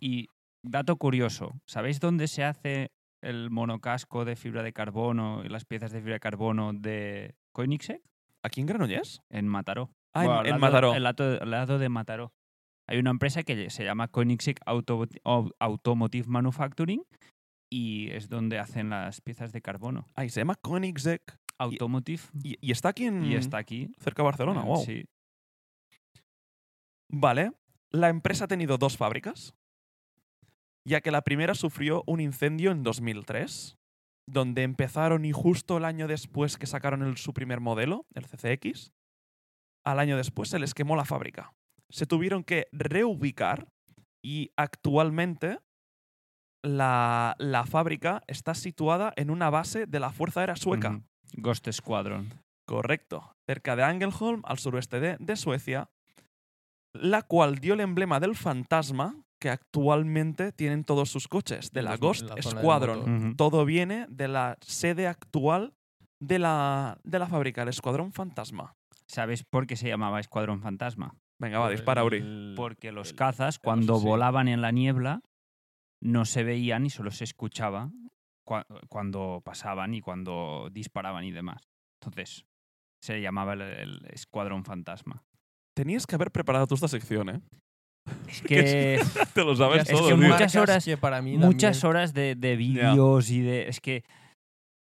Speaker 3: Y dato curioso, ¿sabéis dónde se hace el monocasco de fibra de carbono y las piezas de fibra de carbono de Koenigsegg
Speaker 1: ¿Aquí en Granollers?
Speaker 3: en Mataró.
Speaker 1: Ah, en-
Speaker 3: Bueno, al
Speaker 1: en,
Speaker 3: lado-
Speaker 1: Mataró.
Speaker 3: Al lado, al lado de Mataró. Hay una empresa que se llama Koenigsegg Auto- Au- Automotive Manufacturing y es donde hacen las piezas de carbono.
Speaker 1: Ay, se llama Koenigsegg.
Speaker 3: Automotive
Speaker 1: Y, y está aquí en.
Speaker 3: y está aquí.
Speaker 1: cerca de Barcelona.
Speaker 3: Eh,
Speaker 1: Wow.
Speaker 3: Sí.
Speaker 1: Vale. La empresa ha tenido dos fábricas, ya que la primera sufrió un incendio en 2003, donde empezaron y justo el año después que sacaron el- su primer modelo, el CCX, al año después se les quemó la fábrica. Se tuvieron que reubicar y actualmente la, la fábrica está situada en una base de la Fuerza Aérea Sueca.
Speaker 3: Ujú. Ghost Squadron.
Speaker 1: Correcto, cerca de Angelholm, al suroeste de, de Suecia, la cual dio el emblema del fantasma que actualmente tienen todos sus coches, de la
Speaker 2: Los-
Speaker 1: Ghost
Speaker 2: la zona del
Speaker 1: Squadron.
Speaker 2: motor.
Speaker 3: Ujú.
Speaker 1: Todo viene de la sede actual de la, de la fábrica, el Escuadrón Fantasma.
Speaker 3: ¿Sabéis por qué se llamaba Escuadrón Fantasma?
Speaker 1: Venga, va, dispara, Uri.
Speaker 2: El-
Speaker 3: Porque los
Speaker 2: el-
Speaker 3: Pues cazas,
Speaker 2: el
Speaker 3: cuando
Speaker 2: asesino.
Speaker 3: volaban en la niebla, no se veían y solo se escuchaba cua- cuando pasaban y cuando disparaban y demás. Entonces, se llamaba el, el Escuadrón Fantasma.
Speaker 1: Tenías que haber preparado tú esta sección, ¿eh?
Speaker 3: Es que
Speaker 1: Te lo sabes
Speaker 3: es
Speaker 1: todo,
Speaker 3: que
Speaker 1: tío.
Speaker 3: muchas
Speaker 2: marcas
Speaker 3: horas-
Speaker 2: que para mí
Speaker 3: muchas
Speaker 2: también-
Speaker 3: horas de, de vídeos y de... Es que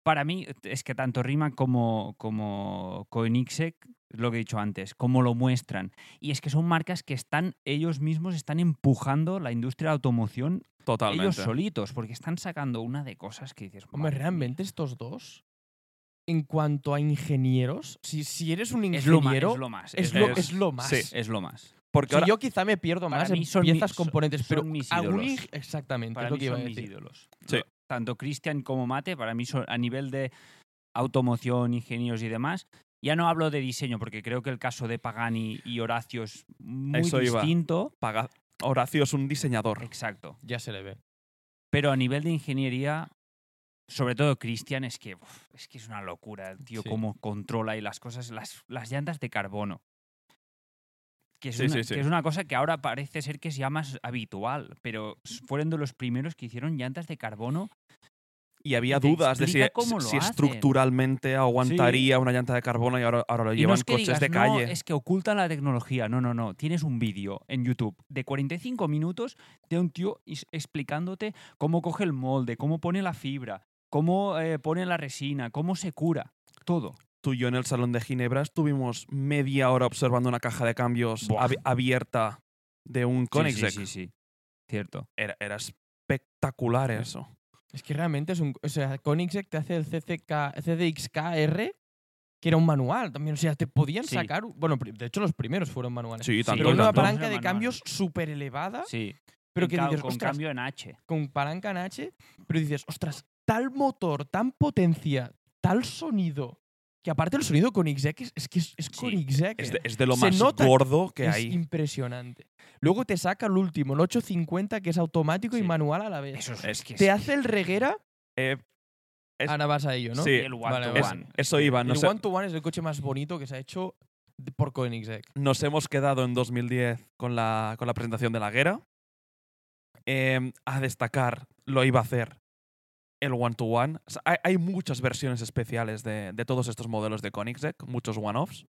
Speaker 3: para mí, es que tanto Rima como, como Koenigsegg, lo que he dicho antes, cómo lo muestran. Y es que son marcas que están, ellos mismos están empujando la industria de automoción ellos
Speaker 1: Totalmente.
Speaker 3: solitos, porque están sacando una de cosas que dices.
Speaker 2: Hombre,
Speaker 3: "Madre mía".
Speaker 2: realmente estos dos, en cuanto a ingenieros, si, si eres un
Speaker 3: es lo más.
Speaker 2: ingeniero,
Speaker 3: Es lo más.
Speaker 2: es
Speaker 3: Es,
Speaker 2: lo,
Speaker 1: es-
Speaker 2: es lo más.
Speaker 1: sí.
Speaker 2: O
Speaker 3: es lo más.
Speaker 1: Porque
Speaker 2: sea,
Speaker 1: ahora,
Speaker 2: yo quizá me pierdo
Speaker 3: Para
Speaker 2: más
Speaker 3: mí
Speaker 2: en
Speaker 3: son mi-
Speaker 2: piezas,
Speaker 3: son-
Speaker 2: componentes,
Speaker 3: son
Speaker 2: pero
Speaker 3: mis
Speaker 2: algún
Speaker 3: ídolos.
Speaker 2: ing- exactamente,
Speaker 3: Para
Speaker 2: es lo
Speaker 3: mí
Speaker 2: que iba a
Speaker 3: son mis
Speaker 2: decir.
Speaker 3: ídolos.
Speaker 1: Sí.
Speaker 3: No, Tanto Cristian como Mate, para mí son, a nivel de automoción, ingenieros y demás. Ya no hablo de diseño, porque creo que el caso de Pagani y Horacio es muy
Speaker 1: Eso iba.
Speaker 3: distinto.
Speaker 1: Paga- Horacio es un diseñador.
Speaker 3: Exacto.
Speaker 2: Ya se le ve.
Speaker 3: Pero a nivel de ingeniería, sobre todo Cristian, es que uf, es que es una locura, el tío,
Speaker 2: Sí.
Speaker 3: cómo controla y las cosas, las, las llantas de carbono. Que es,
Speaker 1: Sí,
Speaker 3: una,
Speaker 1: sí, sí.
Speaker 3: que es una cosa que ahora parece ser que es ya más habitual, pero s- fueron de los primeros que hicieron llantas de carbono.
Speaker 1: Y había
Speaker 3: Y te
Speaker 1: dudas de si, e,
Speaker 3: explica cómo lo
Speaker 1: si
Speaker 3: hacen.
Speaker 1: estructuralmente aguantaría una llanta de carbono y ahora, ahora lo
Speaker 3: Y
Speaker 1: llevan
Speaker 3: no es que
Speaker 1: coches
Speaker 3: digas,
Speaker 1: de
Speaker 3: "No,
Speaker 1: calle.
Speaker 3: es que ocultan la tecnología. No, no, no. Tienes un vídeo en YouTube de 45 minutos de un tío is- explicándote cómo coge el molde, cómo pone la fibra, cómo eh, pone la resina, cómo se cura. Todo.
Speaker 1: tú y yo en el Salón de Ginebra estuvimos media hora observando una caja de cambios
Speaker 3: Buah.
Speaker 1: abi- abierta de un
Speaker 3: Sí,
Speaker 1: Koenigsegg.
Speaker 3: Sí, sí, sí. Cierto.
Speaker 1: Era, era espectacular eso.
Speaker 2: Es que realmente es un. O sea, Koenigsegg te hace el CCK, CDXKR, que era un manual también. O sea, te podían
Speaker 3: Sí.
Speaker 2: sacar. Bueno, pri- de hecho, los primeros fueron manuales.
Speaker 1: Sí, tanto
Speaker 2: pero
Speaker 1: y
Speaker 3: los
Speaker 2: una
Speaker 1: tanto.
Speaker 3: dos
Speaker 2: palanca
Speaker 3: eran
Speaker 2: de
Speaker 3: manuales.
Speaker 2: cambios súper elevada,
Speaker 3: Sí.
Speaker 2: Ah, pero
Speaker 3: Y
Speaker 2: que
Speaker 3: ca-
Speaker 2: dices,
Speaker 3: con
Speaker 2: ostras,
Speaker 3: cambio en H.
Speaker 2: con palanca en H, pero dices, ostras, tal motor, tan potencia, tal sonido, que aparte el sonido con Koenigsegg es, es que es, es Koenigsegg,
Speaker 1: Es
Speaker 2: eh.
Speaker 1: de, es de lo
Speaker 2: Se
Speaker 1: más
Speaker 2: nota
Speaker 1: gordo que
Speaker 2: Es
Speaker 1: hay.
Speaker 2: impresionante. Luego te saca el último, el 850, que es automático y
Speaker 3: Sí.
Speaker 2: manual a la vez.
Speaker 3: Eso es,
Speaker 1: es-
Speaker 3: que
Speaker 2: Te hace el reguera,
Speaker 1: Eh, es-
Speaker 2: ahora vas a ello, ¿no?
Speaker 1: sí,
Speaker 3: el one
Speaker 2: Vale,
Speaker 3: to
Speaker 2: vale.
Speaker 3: one.
Speaker 1: Es- eso
Speaker 3: que-
Speaker 1: iba, Ah, no
Speaker 2: el
Speaker 1: sé.
Speaker 2: One to One es el coche más bonito que se ha hecho de- por Koenigsegg.
Speaker 1: Nos hemos quedado en 2010 con la, con la presentación de la guerra. Eh, a destacar, lo iba a hacer el one-to-one. O sea, hay, hay muchas versiones especiales de, de todos estos modelos de Koenigsegg, muchos one-offs.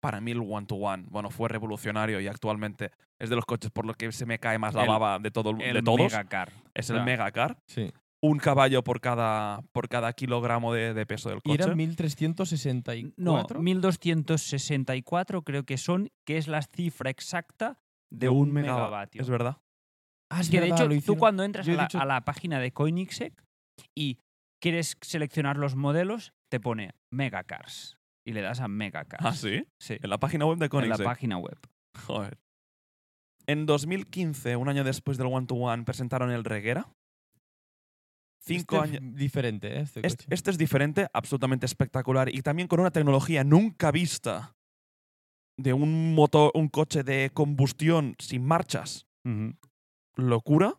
Speaker 1: Para mí el one-to-one, bueno, fue revolucionario y actualmente es de los coches por los que se me cae más la
Speaker 3: El-
Speaker 1: baba de, todo, el-
Speaker 3: El
Speaker 1: de todos.
Speaker 3: megacar.
Speaker 1: es el
Speaker 3: claro.
Speaker 1: megacar.
Speaker 2: Sí.
Speaker 1: Un caballo por cada, por cada kilogramo de, de peso del
Speaker 2: Y
Speaker 1: coche.
Speaker 2: eran 1364.
Speaker 3: No, 1264 creo que son, que es la cifra exacta de un
Speaker 1: mega-
Speaker 3: megavatio.
Speaker 1: Es verdad.
Speaker 2: Ah, es
Speaker 3: que
Speaker 2: verdad, lo
Speaker 3: de hecho, tú
Speaker 2: hicieron.
Speaker 3: cuando entras
Speaker 2: Yo
Speaker 3: a
Speaker 2: he
Speaker 3: la,
Speaker 2: dicho-
Speaker 3: a la página de Koenigsegg y quieres seleccionar los modelos, te pone megacars. Y le das a megacars.
Speaker 1: Ah, sí.
Speaker 3: Sí,
Speaker 1: En la página web de
Speaker 3: en la
Speaker 1: Koenigsegg.
Speaker 3: página web.
Speaker 1: Joder. En 2015, un año después del One to One, presentaron el Reguera. Cinco
Speaker 2: Este es
Speaker 1: años.
Speaker 2: Diferente, ¿eh? Este
Speaker 1: Este,
Speaker 2: coche.
Speaker 1: este es diferente, absolutamente espectacular y también con una tecnología nunca vista de un motor, un coche de combustión sin marchas. Locura.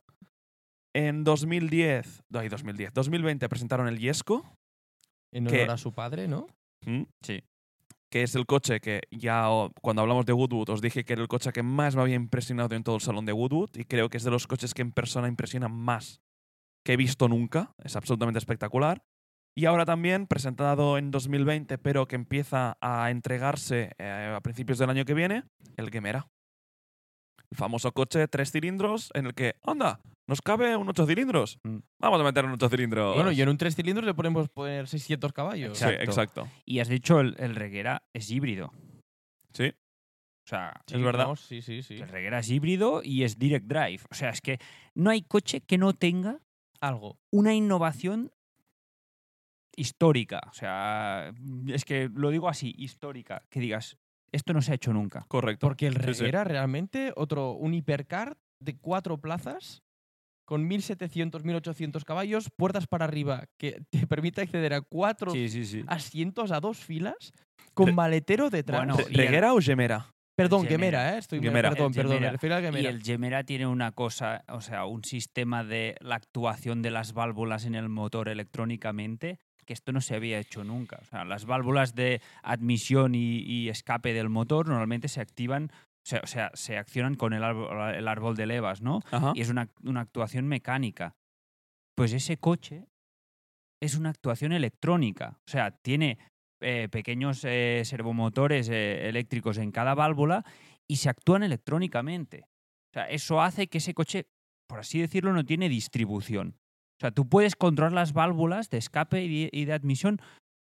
Speaker 1: En 2010, no, ay, 2010, 2020 presentaron el Yesco,
Speaker 2: En
Speaker 1: que-
Speaker 2: honor a su padre, ¿no?
Speaker 3: Sí.
Speaker 1: ¿Mm? que es el coche que ya o- cuando hablamos de Woodwood os dije que era el coche que más me había impresionado en todo el salón de Woodwood y creo que es de los coches que en persona impresionan más que he visto nunca. Es absolutamente espectacular. Y ahora también, presentado en 2020, pero que empieza a entregarse eh, a principios del año que viene, el Gemera. El famoso coche de tres cilindros en el que, anda, nos cabe un ocho cilindros.
Speaker 3: Mm.
Speaker 1: Vamos a meter un ocho cilindros.
Speaker 2: Bueno, y en un tres cilindros le podemos poner 600 caballos.
Speaker 1: Sí,
Speaker 3: Exacto.
Speaker 1: exacto.
Speaker 3: Y has dicho el, el Reguera es híbrido.
Speaker 1: Sí.
Speaker 3: O sea,
Speaker 1: es verdad.
Speaker 2: no, sí, sí, sí.
Speaker 3: el Reguera es híbrido y es direct drive. O sea, es que no hay coche que no tenga
Speaker 2: Algo.
Speaker 3: una innovación histórica. O sea, es que lo digo así, histórica. Que digas, esto no se ha hecho nunca.
Speaker 1: Correcto.
Speaker 2: Porque el
Speaker 1: Sí, sí.
Speaker 2: Reguera realmente otro, un hipercar de cuatro plazas con 1.700, 1.800 caballos, puertas para arriba, que te permite acceder a cuatro
Speaker 3: sí, sí.
Speaker 2: asientos a dos filas con
Speaker 1: Re-
Speaker 2: maletero detrás.
Speaker 3: Bueno,
Speaker 1: Re-
Speaker 3: y el-
Speaker 1: ¿Reguera o Gemera?
Speaker 2: perdón,
Speaker 3: el
Speaker 2: Gemera, ¿eh? Estoy
Speaker 1: Gemera.
Speaker 2: Perdón,
Speaker 3: El
Speaker 2: perdón, me
Speaker 3: Gemera.
Speaker 2: refiero al
Speaker 3: Y
Speaker 2: Gemera.
Speaker 3: el Gemera tiene una cosa, o sea, un sistema de la actuación de las válvulas en el motor electrónicamente que esto no se había hecho nunca. O sea, las válvulas de admisión y, y escape del motor normalmente se activan, o sea, o sea, se accionan con el árbol, el árbol de levas, ¿no?
Speaker 1: Ajá.
Speaker 3: Y es una, una actuación mecánica. Pues ese coche es una actuación electrónica. O sea, tiene eh, pequeños eh, servomotores eh, eléctricos en cada válvula y se actúan electrónicamente. O sea, eso hace que ese coche, por así decirlo, no tiene distribución. O sea, tú puedes controlar las válvulas de escape y de, y de admisión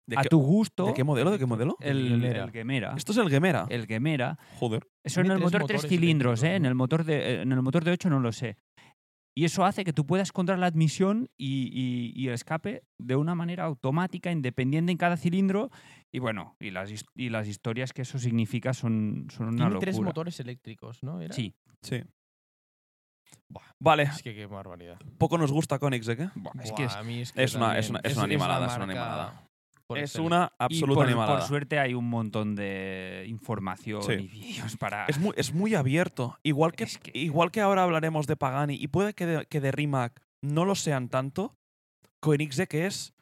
Speaker 1: ¿De,
Speaker 3: a
Speaker 1: qué,
Speaker 3: tu gusto.
Speaker 1: de qué modelo? ¿De qué modelo?
Speaker 3: el,
Speaker 2: Gemera.
Speaker 3: el Gemera.
Speaker 1: Esto es el Gemera.
Speaker 3: El Gemera.
Speaker 1: Joder.
Speaker 3: Eso
Speaker 2: Tiene
Speaker 3: en el
Speaker 2: tres
Speaker 3: motor tres
Speaker 2: motores
Speaker 3: cilindros,
Speaker 2: eléctricos,
Speaker 3: ¿eh? En
Speaker 2: ¿no?
Speaker 3: el motor de en el motor de 8 no lo sé. Y eso hace que tú puedas controlar la admisión y, y- y el escape de una manera automática, independiente en cada cilindro. Y bueno, y las, his- y las historias que eso significa son, son una
Speaker 2: Tiene
Speaker 3: locura.
Speaker 2: tres motores eléctricos, ¿no? ¿Era?
Speaker 3: Sí.
Speaker 1: Sí.
Speaker 2: Buah.
Speaker 1: Vale,
Speaker 2: Es que qué barbaridad.
Speaker 1: poco nos gusta Koenigsegg, ¿eh?
Speaker 3: Buah, es que es,
Speaker 2: Buah, a mí es,
Speaker 1: es una- es una-
Speaker 2: también-
Speaker 1: es una animalada, es una
Speaker 2: marca
Speaker 1: animalada.
Speaker 2: por
Speaker 1: Es
Speaker 2: excelencia.
Speaker 1: una
Speaker 3: y
Speaker 1: absoluta
Speaker 3: por,
Speaker 1: animalada.
Speaker 3: por suerte hay un montón de información
Speaker 1: Sí.
Speaker 3: y vídeos para...
Speaker 1: Es muy, es muy abierto. Igual que,
Speaker 3: Es que-
Speaker 1: igual que ahora hablaremos de Pagani, y puede que de, que de Rimac no lo sean tanto, Koenigsegg es.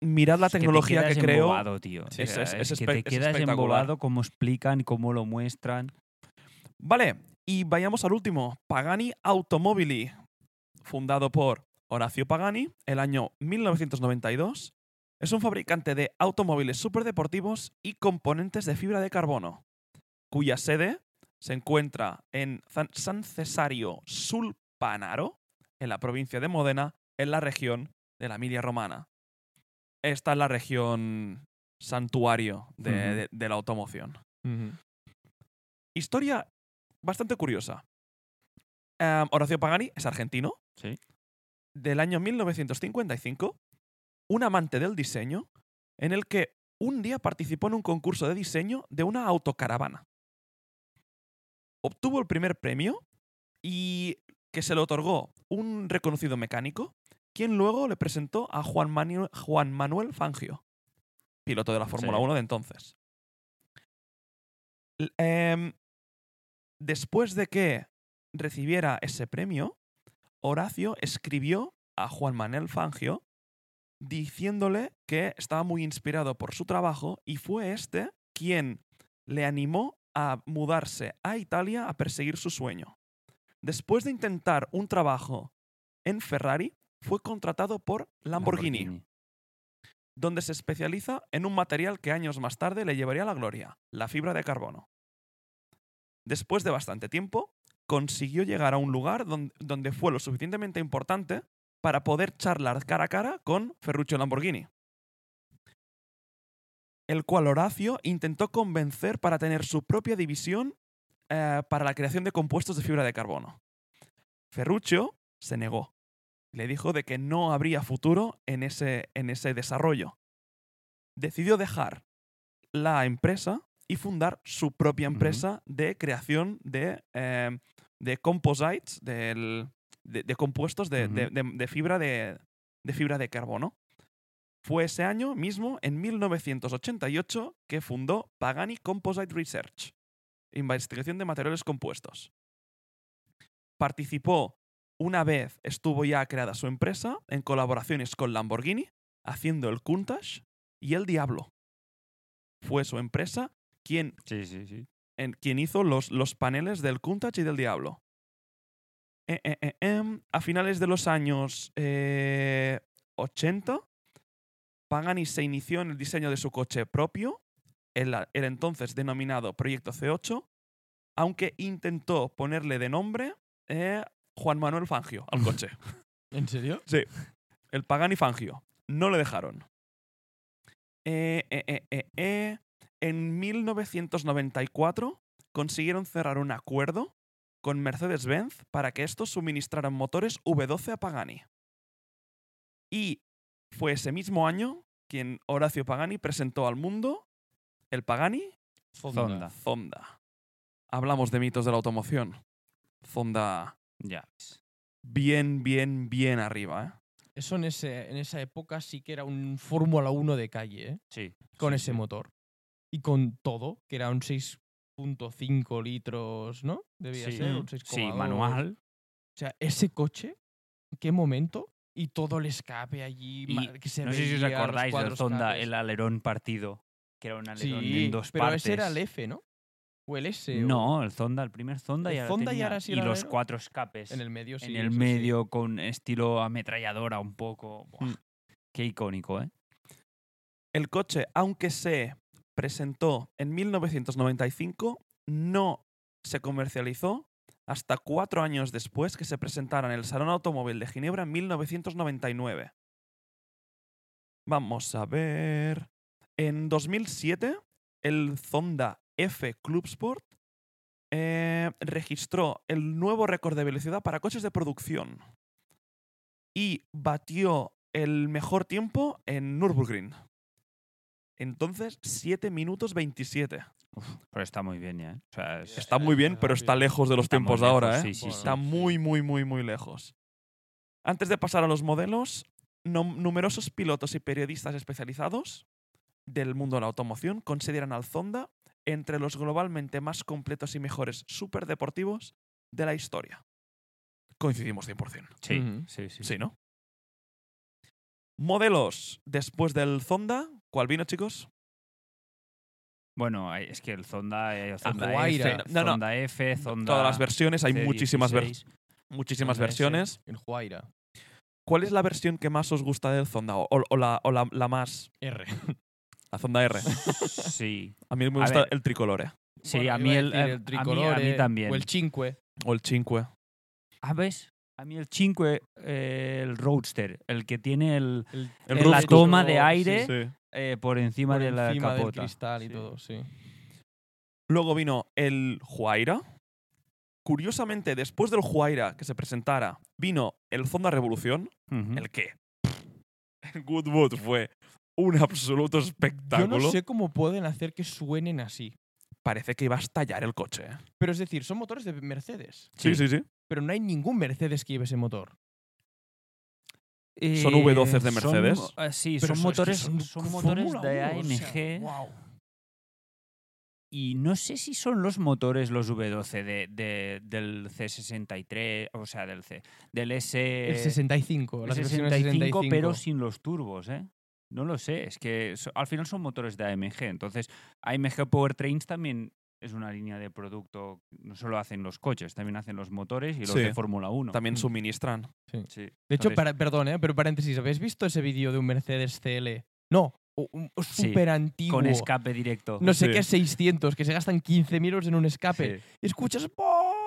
Speaker 1: Mirad la
Speaker 3: Es que te
Speaker 1: tecnología que,
Speaker 3: quedas
Speaker 1: creo.
Speaker 3: embobado, tío.
Speaker 1: Sí,
Speaker 3: O sea,
Speaker 1: es- es
Speaker 3: es que
Speaker 1: espe-
Speaker 3: te
Speaker 1: es
Speaker 3: quedas
Speaker 1: espectacular.
Speaker 3: embobado cómo explican, cómo lo muestran.
Speaker 1: Vale, y vayamos al último. Pagani Automobili, fundado por Horacio Pagani el año 1992. Es un fabricante de automóviles superdeportivos y componentes de fibra de carbono, cuya sede se encuentra en Zan- San Cesario Sulpanaro, en la provincia de Módena, en la región de la Emilia Romana. Esta es la región santuario de-
Speaker 3: Ujú.
Speaker 1: de- de la automoción.
Speaker 2: Ujú.
Speaker 1: Historia bastante curiosa. Em, Horacio Pagani es argentino.
Speaker 3: Sí.
Speaker 1: Del año 1955, un amante del diseño, en el que un día participó en un concurso de diseño de una autocaravana. Obtuvo el primer premio y que se le otorgó un reconocido mecánico, quien luego le presentó a Juan, Manu- Juan Manuel Fangio, piloto de la Fórmula
Speaker 3: Sí.
Speaker 1: 1 de entonces. L- em, después de que recibiera ese premio, Horacio escribió a Juan Manuel Fangio diciéndole que estaba muy inspirado por su trabajo y fue este quien le animó a mudarse a Italia a perseguir su sueño. Después de intentar un trabajo en Ferrari, fue contratado por Lamborghini donde se especializa en un material que años más tarde le llevaría a la gloria, la fibra de carbono. Después de bastante tiempo, consiguió llegar a un lugar don- donde fue lo suficientemente importante para poder charlar cara a cara con Ferruccio Lamborghini, el cual Horacio intentó convencer para tener su propia división eh, para la creación de compuestos de fibra de carbono. Ferruccio se negó le dijo de que no habría futuro en ese, en ese desarrollo. Decidió dejar la empresa y fundar su propia
Speaker 3: Ujú.
Speaker 1: empresa de creación de, eh, de composites, del- de, de compuestos de, de-
Speaker 3: Ujú.
Speaker 1: de- de fibra de, de fibra de carbono. Fue ese año mismo, en 1988, que fundó Pagani Composite Research, investigación de materiales compuestos. Participó una vez estuvo ya creada su empresa en colaboraciones con Lamborghini, haciendo el Countach y el Diablo. Fue su empresa quien,
Speaker 3: Sí, sí, sí.
Speaker 1: en- quien hizo los, los paneles del Countach y del Diablo. eh, eh, eh, em, a finales de los años eh, 80, Pagani se inició en el diseño de su coche propio, el, a- el entonces denominado Proyecto C8, aunque intentó ponerle de nombre eh, Juan Manuel Fangio al coche.
Speaker 2: ¿En serio?
Speaker 1: El Pagani Fangio. No le dejaron. Eh, eh, eh, eh, eh. En 1994 consiguieron cerrar un acuerdo con Mercedes-Benz para que estos suministraran motores V12 a Pagani. Y fue ese mismo año quien Horacio Pagani presentó al mundo el Pagani
Speaker 3: Zonda.
Speaker 1: Zonda. Hablamos de mitos de la automoción. Zonda
Speaker 3: Ya.
Speaker 1: bien, bien, bien arriba, ¿eh?
Speaker 2: Eso en, ese, en esa época sí que era un Fórmula 1 de calle, ¿eh?
Speaker 3: Sí.
Speaker 2: Con
Speaker 3: sí,
Speaker 2: ese
Speaker 3: sí.
Speaker 2: motor. Y con todo, que era un 6.5 litros, ¿no? Debía
Speaker 3: Sí,
Speaker 2: ser un
Speaker 3: sí,
Speaker 2: 6,2.
Speaker 3: manual.
Speaker 2: O sea, ese coche, ¿en qué momento? Y todo el escape allí,
Speaker 3: Y
Speaker 2: ma- que se
Speaker 3: no sé si os
Speaker 2: veía, los
Speaker 3: acordáis del
Speaker 2: cuatro
Speaker 3: Zonda,
Speaker 2: escapes.
Speaker 3: el alerón partido, que era un alerón
Speaker 2: Sí,
Speaker 3: en dos
Speaker 2: pero
Speaker 3: partes.
Speaker 2: ese era el F, ¿no? O el S. o-
Speaker 3: No, el Zonda, el primer Zonda
Speaker 2: El
Speaker 3: ya
Speaker 2: Zonda ya
Speaker 3: lo tenía.
Speaker 2: era así
Speaker 3: y
Speaker 2: el
Speaker 3: los
Speaker 2: alerón.
Speaker 3: cuatro escapes
Speaker 2: En el medio, sí.
Speaker 3: en el
Speaker 2: eso sí.
Speaker 3: medio con estilo ametralladora un poco. Buah,
Speaker 1: Mm.
Speaker 3: Qué icónico, ¿eh?
Speaker 1: El coche, aunque se presentó en 1995, no se comercializó hasta cuatro años después que se presentara en el Salón Automóvil de Ginebra en 1999. Vamos a ver. En 2007, el Zonda F Club Sport eh, registró el nuevo récord de velocidad para coches de producción y batió el mejor tiempo en Nürburgring. Entonces, 7 minutos 27.
Speaker 3: Pero está muy bien ya. ¿eh? O sea, es-
Speaker 1: Está muy bien, pero está lejos de los
Speaker 3: Está muy
Speaker 1: tiempos de ahora,
Speaker 3: lejos,
Speaker 1: ¿eh?
Speaker 3: Sí, sí, sí.
Speaker 1: Está muy, muy, muy, muy lejos. Antes de pasar a los modelos, nom- numerosos pilotos y periodistas especializados del mundo de la automoción consideran al Zonda entre los globalmente más completos y mejores superdeportivos de la historia. Coincidimos 100%.
Speaker 3: sí,
Speaker 2: Ujú.
Speaker 3: sí, sí.
Speaker 1: Sí, ¿no? Modelos después del Zonda. ¿Cuál vino, chicos?
Speaker 3: Bueno, hay- es que el Zonda, eh, Zonda
Speaker 2: Guaira.
Speaker 3: F,
Speaker 1: No, no.
Speaker 3: Zonda F, Zonda.
Speaker 1: Todas las versiones, hay
Speaker 3: C16.
Speaker 1: muchísimas, ver- muchísimas
Speaker 3: Zonda S.
Speaker 1: versiones.
Speaker 2: El Huayra.
Speaker 1: ¿Cuál es la versión que más os gusta del Zonda? O, o la, o la- la más.
Speaker 2: R.
Speaker 1: La Zonda R.
Speaker 3: Sí.
Speaker 1: A mí me
Speaker 3: A
Speaker 1: gusta
Speaker 3: ver.
Speaker 1: el tricolore.
Speaker 3: Sí,
Speaker 2: Bueno,
Speaker 3: a
Speaker 2: iba
Speaker 3: mí el,
Speaker 2: decir
Speaker 3: el- a mí, a mí
Speaker 2: tricolore
Speaker 3: también.
Speaker 2: O el 5.
Speaker 1: O el 5.
Speaker 3: Ah, ¿ves? A mí el 5, eh, el Roadster, el que tiene el,
Speaker 2: El,
Speaker 1: El
Speaker 3: en la
Speaker 1: Roadster.
Speaker 3: toma
Speaker 2: Sí,
Speaker 3: de aire
Speaker 1: Sí.
Speaker 3: eh, por encima
Speaker 2: por
Speaker 3: de la
Speaker 2: encima del
Speaker 3: capota.
Speaker 2: cristal y
Speaker 3: Sí.
Speaker 2: todo, sí.
Speaker 1: Luego vino el Huayra. Curiosamente, después del Huayra que se presentara, vino el Zonda Revolución,
Speaker 3: Ujú.
Speaker 1: el que pff, en Goodwood fue un absoluto
Speaker 2: Yo
Speaker 1: espectáculo.
Speaker 2: no sé cómo pueden hacer que suenen así.
Speaker 1: Parece que iba a estallar el coche. ¿eh?
Speaker 2: Pero es decir, son motores de Mercedes.
Speaker 1: Sí, sí, sí.
Speaker 2: Pero no hay ningún Mercedes que lleve ese motor.
Speaker 1: ¿Son V12 de Mercedes?
Speaker 3: son- eh, sí,
Speaker 2: Pero
Speaker 3: son motores,
Speaker 2: es que
Speaker 3: son, motores
Speaker 2: Fórmula
Speaker 3: de
Speaker 2: 1, o sea,
Speaker 3: AMG.
Speaker 2: guau.
Speaker 3: Y no sé si son los motores los V12 de, de- del C63, o sea, del C, del S,
Speaker 2: El 65,
Speaker 3: eh, el
Speaker 2: las versiones
Speaker 3: 65,
Speaker 2: 65.
Speaker 3: pero sin los turbos, ¿eh? No lo sé, es que so- al final son motores de AMG. Entonces, AMG Powertrains también es una línea de producto, no solo hacen los coches, también hacen los motores y los
Speaker 1: Sí.
Speaker 3: de Fórmula 1.
Speaker 1: También
Speaker 2: Mm.
Speaker 1: suministran.
Speaker 3: Sí.
Speaker 2: De hecho,
Speaker 3: Entonces,
Speaker 2: para- perdón, ¿eh? pero paréntesis, ¿habéis visto ese vídeo de un Mercedes CL? No, o- un
Speaker 3: Sí,
Speaker 2: súper antiguo.
Speaker 3: con escape directo.
Speaker 2: No sé
Speaker 1: Sí.
Speaker 2: qué 600, que se gastan 15.000 euros en un escape.
Speaker 3: Sí.
Speaker 2: Escuchas...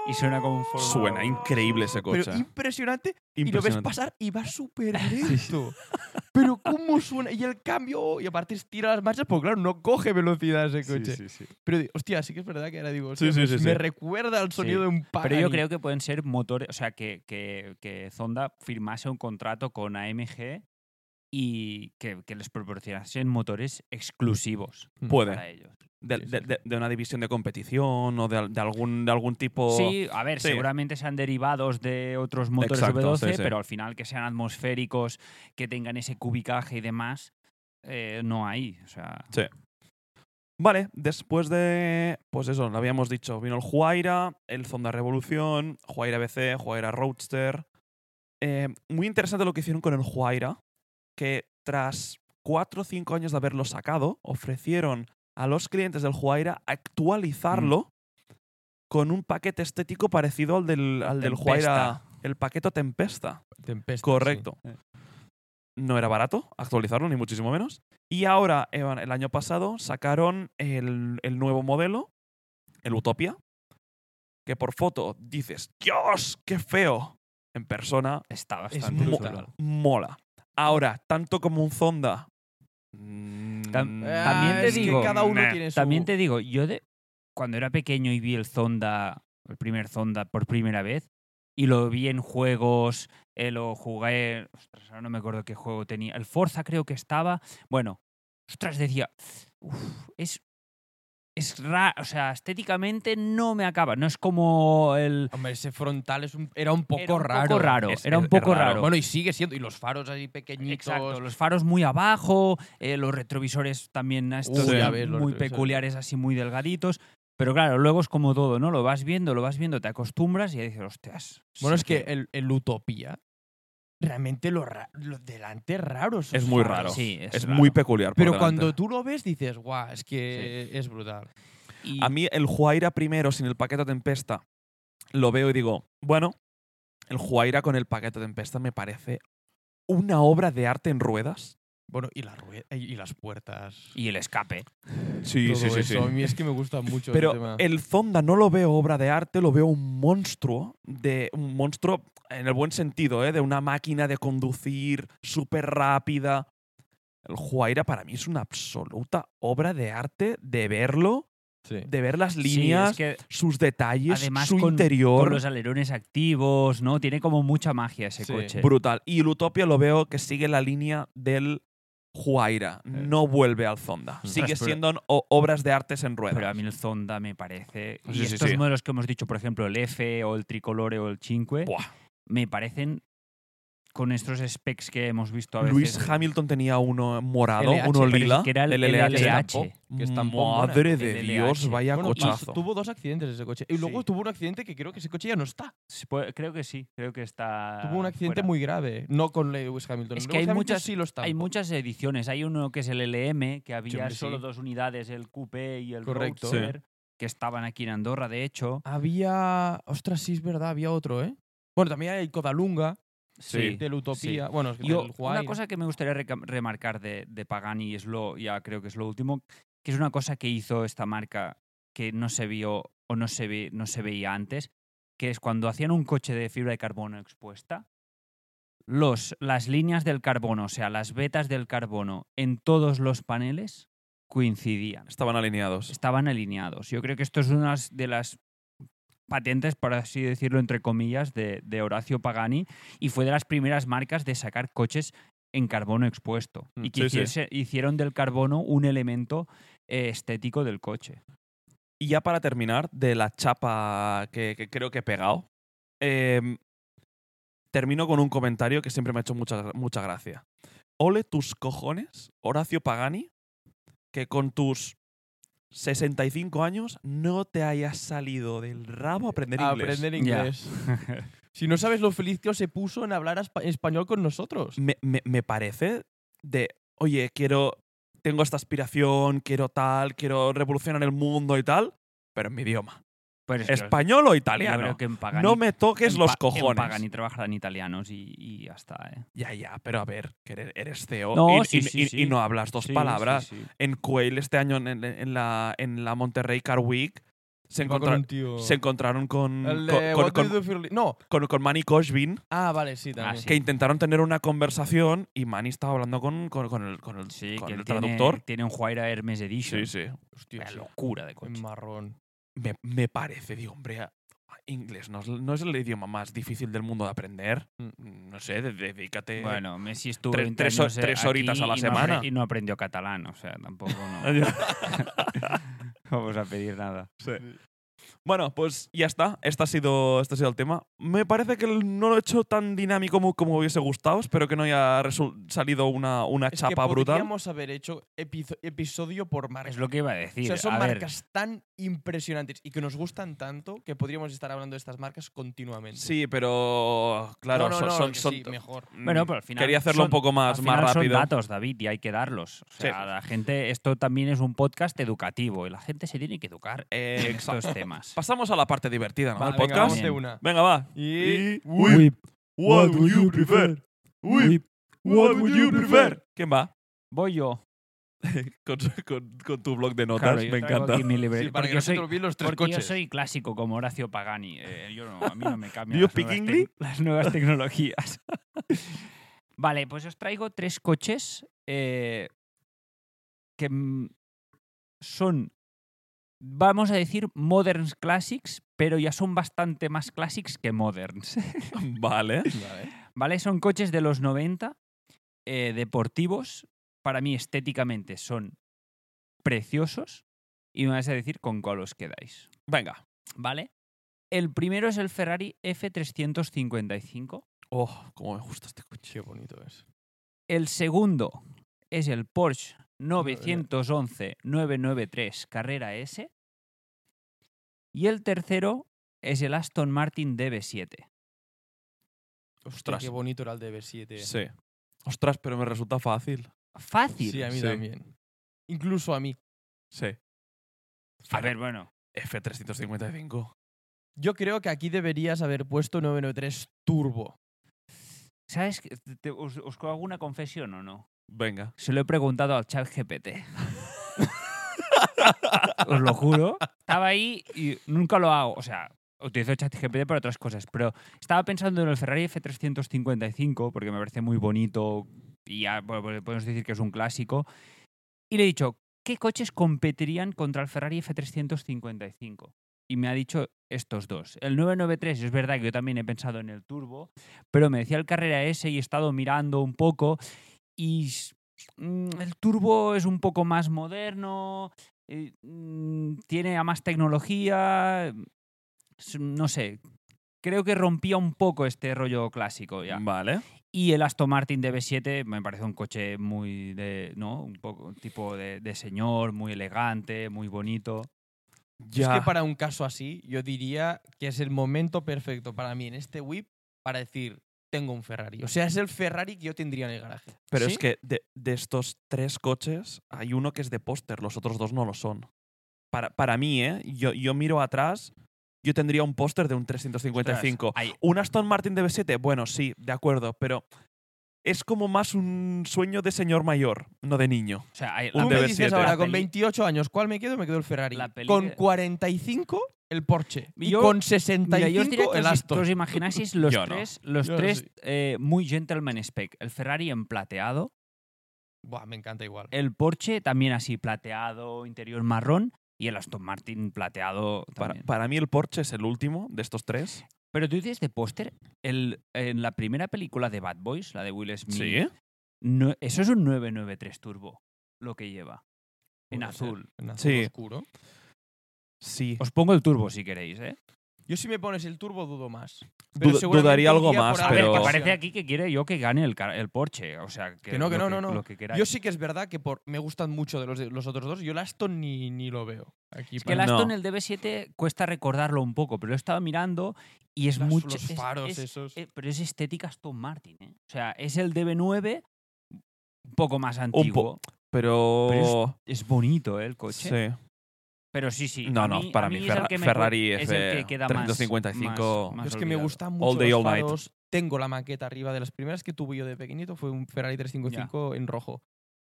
Speaker 3: Y suena como un Fórmula
Speaker 1: Suena increíble ese coche.
Speaker 2: Pero impresionante Y lo ves
Speaker 1: Impresionante.
Speaker 2: pasar y va súper lento. Pero cómo suena. Y el cambio. oh, Y aparte estira las marchas, porque claro, no coge velocidad ese coche. Pero, di- hostia, sí que es verdad que ahora digo.
Speaker 1: Sí,
Speaker 2: hostia,
Speaker 1: sí,
Speaker 2: me,
Speaker 1: sí,
Speaker 2: me
Speaker 1: sí.
Speaker 2: recuerda al sonido
Speaker 3: Sí.
Speaker 2: de un Pagani.
Speaker 3: Pero yo creo que pueden ser motores, o sea, que, que, que Zonda firmase un contrato con AMG y que, que les proporcionasen motores exclusivos
Speaker 1: Puede.
Speaker 3: para ellos.
Speaker 1: De,
Speaker 2: Sí, sí,
Speaker 1: de-
Speaker 2: sí.
Speaker 1: de- de una división de competición o de, al- de algún, de algún tipo.
Speaker 3: sí, a ver,
Speaker 1: sí.
Speaker 3: seguramente sean derivados de otros motores
Speaker 1: Exacto,
Speaker 3: V12,
Speaker 1: sí, sí.
Speaker 3: pero al final que sean atmosféricos, que tengan ese cubicaje y demás, eh, no hay. O sea,
Speaker 1: Vale, después de. Pues eso, lo habíamos dicho. Vino el Huayra, el Zonda Revolución, Huayra BC, Huayra Roadster. Eh, muy interesante lo que hicieron con el Huayra, que tras 4 o 5 años de haberlo sacado, ofrecieron a los clientes del Huayra
Speaker 2: Mm.
Speaker 1: actualizarlo con un paquete estético parecido al del, al del
Speaker 3: Tempesta.
Speaker 1: Huayra el paquete Tempesta.
Speaker 2: Tempesta, sí.
Speaker 1: Correcto. No era barato actualizarlo, ni muchísimo menos. Y ahora, eh, el año pasado, sacaron el, el nuevo modelo, el Utopia, que por foto dices, ¡Dios, qué feo! En persona
Speaker 3: Está
Speaker 2: Es
Speaker 3: bastante
Speaker 2: muy-
Speaker 3: chulo.
Speaker 2: brutal.
Speaker 1: mola. Ahora, tanto como un Zonda. mm,
Speaker 3: Tam-
Speaker 2: Ah,
Speaker 3: También te
Speaker 2: es que
Speaker 3: digo,
Speaker 2: cada uno
Speaker 1: meh.
Speaker 2: tiene su...
Speaker 3: También te digo, yo de, cuando era pequeño y vi el Zonda, el primer Zonda por primera vez, y lo vi en juegos, eh, lo jugué, ostras, ahora no me acuerdo qué juego tenía, el Forza creo que estaba, bueno, ostras, decía, "Uf, es... Es raro, o sea, estéticamente no me acaba. No es como el.
Speaker 2: Hombre, ese frontal es un- era un poco
Speaker 3: era un
Speaker 2: raro.
Speaker 3: Poco raro
Speaker 1: Es-
Speaker 3: era un
Speaker 1: es- es
Speaker 3: poco
Speaker 1: raro.
Speaker 3: raro.
Speaker 2: Bueno, y sigue siendo. Y los faros ahí pequeñitos.
Speaker 3: Exacto, los faros muy abajo, eh, los retrovisores también a estos
Speaker 1: Uy, ya
Speaker 3: muy-
Speaker 2: ves, los
Speaker 3: muy
Speaker 2: retrovisores.
Speaker 3: peculiares, así muy delgaditos. Pero claro, luego es como todo, ¿no? Lo vas viendo, lo vas viendo, te acostumbras y ya dices, hostias.
Speaker 2: Bueno,
Speaker 3: sí
Speaker 2: es que el, el Utopía, realmente lo, ra- lo delante es raro. esos
Speaker 1: Es muy
Speaker 2: faros.
Speaker 1: raro.
Speaker 3: Sí, es,
Speaker 1: es
Speaker 3: raro.
Speaker 1: muy peculiar. por
Speaker 2: Pero
Speaker 1: delante.
Speaker 2: cuando tú lo ves, dices, guau, es que es brutal.
Speaker 3: Y-
Speaker 1: A mí el Juaira primero sin el paquete Tempesta lo veo y digo, bueno, el Juaira con el paquete Tempesta me parece una obra de arte en ruedas.
Speaker 2: Bueno, y, la rue- eh, y y las puertas.
Speaker 3: y el escape.
Speaker 1: Sí,
Speaker 2: todo eso. A mí es que me gusta mucho el
Speaker 1: Pero
Speaker 2: tema.
Speaker 1: el Zonda no lo veo obra de arte, lo veo un monstruo, de un monstruo en el buen sentido, ¿eh? de una máquina de conducir súper rápida. El Juaira para mí es una absoluta obra de arte de verlo,
Speaker 2: Sí.
Speaker 1: de ver las
Speaker 3: Sí,
Speaker 1: líneas,
Speaker 3: es que
Speaker 1: sus detalles,
Speaker 3: Además,
Speaker 1: su
Speaker 3: con-
Speaker 1: interior.
Speaker 3: con los alerones activos, ¿no? Tiene como mucha magia ese
Speaker 2: Sí.
Speaker 3: coche.
Speaker 1: Brutal. Y el Utopia lo veo que sigue la línea del Huayra. No vuelve al Zonda.
Speaker 2: Mm.
Speaker 1: Sigue
Speaker 3: Ostras, pero-
Speaker 1: siendo o- obras de artes en ruedas.
Speaker 3: Pero a mí el Zonda me parece. Y
Speaker 1: Sí, sí,
Speaker 3: estos
Speaker 1: sí.
Speaker 3: modelos que hemos dicho, por ejemplo, el F o el Tricolore o el 5,
Speaker 1: Buah.
Speaker 3: me parecen con estos specs que hemos visto a veces.
Speaker 1: Luis Hamilton tenía uno morado,
Speaker 2: LH,
Speaker 1: uno
Speaker 3: pero es
Speaker 1: lila.
Speaker 3: que era el LH.
Speaker 2: que es tan bombona.
Speaker 1: Madre de
Speaker 3: El
Speaker 1: Dios,
Speaker 3: LH.
Speaker 1: vaya
Speaker 2: Bueno, y
Speaker 1: cochazo.
Speaker 2: tuvo dos accidentes ese coche. Y luego
Speaker 3: Sí.
Speaker 2: tuvo un accidente que creo que ese coche ya no está.
Speaker 3: Sí, puede- Creo que sí, creo que está.
Speaker 2: tuvo un accidente
Speaker 3: Ah, fuera.
Speaker 2: muy grave. No con Lewis Hamilton.
Speaker 3: Es que
Speaker 2: Lewis
Speaker 3: hay
Speaker 2: Hamilton
Speaker 3: muchas-
Speaker 2: Sí lo está.
Speaker 3: Hay muchas ediciones. Hay uno que es el LM, que había
Speaker 2: hombre, sí.
Speaker 3: solo dos unidades, el Coupé y el
Speaker 2: Correcto.
Speaker 3: Roadster, que estaban aquí en Andorra, de hecho.
Speaker 2: Había. Ostras, sí, es verdad, había otro, ¿eh? Bueno, también hay el Codalunga,
Speaker 1: Sí.
Speaker 2: del Utopía. Bueno, es que
Speaker 3: Yo,
Speaker 2: del Huayra.
Speaker 3: una cosa que me gustaría reca- remarcar de, de Pagani, y es lo, ya creo que es lo último, que es una cosa que hizo esta marca que no se vio o no se, ve, no se veía antes, que es cuando hacían un coche de fibra de carbono expuesta, los, las líneas del carbono, o sea, las vetas del carbono en todos los paneles coincidían,
Speaker 1: Estaban alineados.
Speaker 3: estaban alineados. Yo creo que esto es una de las patentes, por así decirlo, entre comillas, de, de Horacio Pagani y fue de las primeras marcas de sacar coches en carbono expuesto
Speaker 1: Mm,
Speaker 3: y que
Speaker 1: sí, sí.
Speaker 3: hiciese- hicieron del carbono un elemento eh, estético del coche.
Speaker 1: Y ya para terminar, de la chapa que, que creo que he pegado, em, termino con un comentario que siempre me ha hecho mucha, mucha gracia. Ole tus cojones, Horacio Pagani, que con tus 65 años no te hayas salido del rabo a aprender
Speaker 2: A
Speaker 1: inglés.
Speaker 2: aprender inglés. si no sabes lo feliz que se puso en hablar aspa- español con nosotros.
Speaker 1: Me, me- me parece de, oye, quiero, tengo esta aspiración, quiero tal, quiero revolucionar el mundo y tal, pero en mi idioma.
Speaker 3: Pero es que los-
Speaker 1: Español o
Speaker 3: Pues yo
Speaker 1: italiano.
Speaker 3: creo que en Pagani,
Speaker 1: no me toques
Speaker 3: en
Speaker 1: los
Speaker 3: Pa- En
Speaker 1: cojones.
Speaker 3: Pagani trabajan italianos y, y ya está. ¿eh?
Speaker 1: Ya, ya, pero a ver, que eres- eres CEO
Speaker 3: No,
Speaker 1: y,
Speaker 3: sí,
Speaker 1: y-
Speaker 3: sí,
Speaker 1: y-
Speaker 3: sí.
Speaker 1: y no hablas dos
Speaker 3: Sí,
Speaker 1: palabras.
Speaker 3: sí, sí.
Speaker 1: En Quail este año en, en- en la, en la Monterrey Car Week se,
Speaker 2: Iba
Speaker 1: encontra-
Speaker 2: con un tío.
Speaker 1: se encontraron con,
Speaker 2: El
Speaker 1: con,
Speaker 2: de
Speaker 1: con-
Speaker 2: What
Speaker 1: con-
Speaker 2: Do You Do for Li- No.
Speaker 1: con- con Manny Koshbin,
Speaker 2: Ah, vale, sí, también.
Speaker 3: sí.
Speaker 1: que intentaron tener una conversación y Manny estaba hablando con, con- con el, con el-
Speaker 3: Sí,
Speaker 1: con
Speaker 3: que
Speaker 1: el
Speaker 3: tiene-
Speaker 1: traductor.
Speaker 3: Tiene un Huayra Hermes Edition.
Speaker 1: Sí, sí.
Speaker 2: Hostia,
Speaker 3: Una
Speaker 2: sí.
Speaker 3: locura de
Speaker 2: En
Speaker 3: coche.
Speaker 2: marrón.
Speaker 1: Me, me parece, digo, hombre, a- inglés no es, no es el idioma más difícil del mundo de aprender.
Speaker 2: Mm.
Speaker 1: No sé, de- dedícate.
Speaker 3: Bueno, Messi estuvo
Speaker 1: Eh, tres-
Speaker 3: 20
Speaker 1: tres
Speaker 3: años,
Speaker 1: ho-
Speaker 3: eh,
Speaker 1: tres horitas
Speaker 3: aquí
Speaker 1: a la
Speaker 3: y no
Speaker 1: semana.
Speaker 3: apre- y no aprendió catalán, o sea, tampoco no vamos a pedir nada.
Speaker 1: Bueno, pues ya está. Este ha sido, este ha sido el tema. Me parece que no lo he hecho tan dinámico como, como hubiese gustado. Espero que no haya resu- salido una, una
Speaker 2: Es
Speaker 1: chapa
Speaker 2: que
Speaker 1: brutal.
Speaker 2: podríamos haber hecho epizo- episodio por marca.
Speaker 3: Es lo que iba a decir.
Speaker 2: o sea, son
Speaker 3: a ver,
Speaker 2: marcas tan impresionantes y que nos gustan tanto que podríamos estar hablando de estas marcas continuamente.
Speaker 1: Sí, pero claro,
Speaker 2: no, no,
Speaker 1: son-
Speaker 2: no,
Speaker 1: son-
Speaker 2: que
Speaker 1: son-
Speaker 2: sí, mejor.
Speaker 1: mm,
Speaker 3: Bueno, pero al final
Speaker 1: quería hacerlo
Speaker 3: son-
Speaker 1: un poco más,
Speaker 3: al
Speaker 1: más
Speaker 3: final
Speaker 1: rápido.
Speaker 3: Son datos, David, y hay que darlos. O sea,
Speaker 1: Sí.
Speaker 3: la gente, esto también es un podcast educativo y la gente se tiene que educar
Speaker 1: Eh,
Speaker 3: en
Speaker 1: exacto.
Speaker 3: estos más.
Speaker 1: Pasamos a la parte divertida ¿no?
Speaker 2: Va,
Speaker 1: del
Speaker 2: venga,
Speaker 1: podcast.
Speaker 2: vamos de una.
Speaker 1: Venga, va.
Speaker 2: Y...
Speaker 1: Whip. What would you prefer? Whip. What would you prefer? ¿Quién va?
Speaker 3: Voy yo.
Speaker 1: Con, con- con tu blog de notas,
Speaker 3: Claro, yo
Speaker 1: me
Speaker 3: traigo
Speaker 1: encanta.
Speaker 3: aquí mi libre-
Speaker 2: Sí, para
Speaker 3: porque
Speaker 2: que
Speaker 3: yo
Speaker 2: no se
Speaker 3: soy,
Speaker 2: te olviden los tres
Speaker 3: porque yo
Speaker 2: coches.
Speaker 3: soy clásico como Horacio Pagani. Eh, yo no, a mí no me cambian
Speaker 1: Do you
Speaker 3: las,
Speaker 1: speak
Speaker 3: nuevas tec-
Speaker 1: English?
Speaker 3: las nuevas tecnologías. vale, pues os traigo tres coches eh, que mm, son, vamos a decir, moderns classics, pero ya son bastante más classics que moderns.
Speaker 1: Vale.
Speaker 3: ¿vale? Son coches de los 90, eh, deportivos. Para mí estéticamente son preciosos y me vais a decir con cuál os quedáis,
Speaker 1: Venga.
Speaker 3: ¿vale? El primero es el Ferrari F355.
Speaker 1: Oh, cómo me gusta este coche.
Speaker 2: Qué bonito es.
Speaker 3: El segundo es el Porsche 911-993 Carrera S. Y el tercero es el Aston Martin DB7.
Speaker 1: Ostras.
Speaker 2: Qué bonito era el DB7.
Speaker 1: Sí. Ostras, pero me resulta fácil.
Speaker 3: Fácil.
Speaker 2: Sí, a mí
Speaker 1: sí.
Speaker 2: también. Incluso a mí.
Speaker 1: Sí.
Speaker 3: a ver, bueno.
Speaker 1: F355.
Speaker 2: Yo creo que aquí deberías haber puesto 993 Turbo.
Speaker 3: ¿Sabes? qué? Te- ¿Os, os hago una confesión o no?
Speaker 1: Venga.
Speaker 3: Se lo he preguntado al chat GPT. Os lo juro. Estaba ahí y nunca lo hago. O sea, utilizo chat GPT para otras cosas. Pero estaba pensando en el Ferrari F355 porque me parece muy bonito y ya bueno, pues podemos decir que es un clásico. Y le he dicho, ¿qué coches competirían contra el Ferrari F355? Y me ha dicho estos dos. El 993, es verdad que yo también he pensado en el turbo, pero me decía el Carrera S y he estado mirando un poco y s- mm, el turbo es un poco más moderno, eh, mm, tiene a más tecnología, s- no sé. Creo que rompía un poco este rollo clásico ya.
Speaker 1: Vale.
Speaker 3: Y el Aston Martin DB7 me parece un coche muy de, ¿no? Un poco un tipo de, de señor, muy elegante, muy bonito.
Speaker 2: Es
Speaker 1: Ya.
Speaker 2: que para un caso así, yo diría que es el momento perfecto para mí en este whip para decir, tengo un Ferrari. O sea, es el Ferrari que yo tendría en el garaje.
Speaker 1: Pero es
Speaker 3: ¿Sí?
Speaker 1: que de, de estos tres coches, hay uno que es de póster, los otros dos no lo son. Para, para mí, ¿eh? Yo, yo miro atrás, yo tendría un póster de un 355.
Speaker 3: Hay-
Speaker 1: ¿Un Aston Martin DB7? Bueno, sí, de acuerdo, pero es como más un sueño de señor mayor, no de niño.
Speaker 3: o sea, hay-
Speaker 1: Un
Speaker 2: Tú
Speaker 3: la-
Speaker 2: me
Speaker 1: DB7.
Speaker 2: dices
Speaker 3: La
Speaker 2: ahora, con
Speaker 3: peli-
Speaker 2: 28 años, ¿cuál me quedo? Me quedo el Ferrari.
Speaker 3: La peli
Speaker 2: Con
Speaker 3: de-
Speaker 2: 45, el Porsche. Y
Speaker 3: Yo-
Speaker 2: con
Speaker 3: Mira, yo os diría
Speaker 2: 65,
Speaker 3: que
Speaker 2: el
Speaker 3: os, que os
Speaker 2: Aston.
Speaker 3: imaginaseis los
Speaker 1: Yo no.
Speaker 3: tres, los
Speaker 2: Yo
Speaker 3: tres
Speaker 2: sí.
Speaker 3: eh, muy gentleman spec. El Ferrari en plateado,
Speaker 2: Buah, me encanta igual.
Speaker 3: el Porsche también así plateado, interior marrón y el Aston Martin plateado
Speaker 1: Para,
Speaker 3: también.
Speaker 1: para mí el Porsche es el último de estos tres.
Speaker 3: Pero tú dices de póster, el- en la primera película de Bad Boys, la de Will Smith, no- eso es un 993 turbo lo que lleva. En
Speaker 2: Puede ser,
Speaker 3: azul.
Speaker 2: en
Speaker 1: Sí.
Speaker 2: azul oscuro.
Speaker 1: Sí.
Speaker 3: Os pongo el turbo si queréis, ¿eh?
Speaker 2: Yo si me pones el turbo dudo más.
Speaker 1: Dud-
Speaker 2: seguramente
Speaker 1: dudaría algo
Speaker 2: iría
Speaker 1: más,
Speaker 2: por
Speaker 3: A
Speaker 2: algo
Speaker 1: pero-
Speaker 3: ver,
Speaker 2: que
Speaker 3: que parece
Speaker 2: sea.
Speaker 3: aquí que quiere yo que gane el, car- el Porsche. O sea, que,
Speaker 2: Que no, que
Speaker 3: lo
Speaker 2: no, no, no.
Speaker 3: Lo que queráis.
Speaker 2: Yo sí que es verdad que por, me gustan mucho de los, de los otros dos. Yo el Aston ni, ni lo veo. Aquí
Speaker 3: Es que el
Speaker 1: No.
Speaker 3: Aston, el DB7, cuesta recordarlo un poco, pero lo he estado mirando y es
Speaker 2: Las-
Speaker 3: mucho.
Speaker 2: los
Speaker 3: es-
Speaker 2: faros
Speaker 3: es-
Speaker 2: esos.
Speaker 3: eh, pero es estética Aston Martin, ¿eh? O sea, es el DB9 un poco más
Speaker 1: po-
Speaker 3: antiguo.
Speaker 1: Pero.
Speaker 3: Pero es bonito ¿eh? el coche.
Speaker 1: Sí.
Speaker 3: Pero sí, sí.
Speaker 1: No,
Speaker 3: a
Speaker 1: no,
Speaker 3: mí-
Speaker 1: para
Speaker 3: a
Speaker 1: mí
Speaker 3: mí es el
Speaker 1: Ferra-
Speaker 3: que me
Speaker 1: Ferrari
Speaker 3: cu- es el que queda más-
Speaker 1: F355.
Speaker 3: más-
Speaker 2: Yo
Speaker 3: más
Speaker 2: es que me
Speaker 3: olvidado.
Speaker 2: gustan mucho
Speaker 1: day,
Speaker 2: los
Speaker 1: all night.
Speaker 2: faros. Tengo la maqueta arriba de las primeras que tuve yo de pequeñito. Fue un Ferrari 355 en rojo,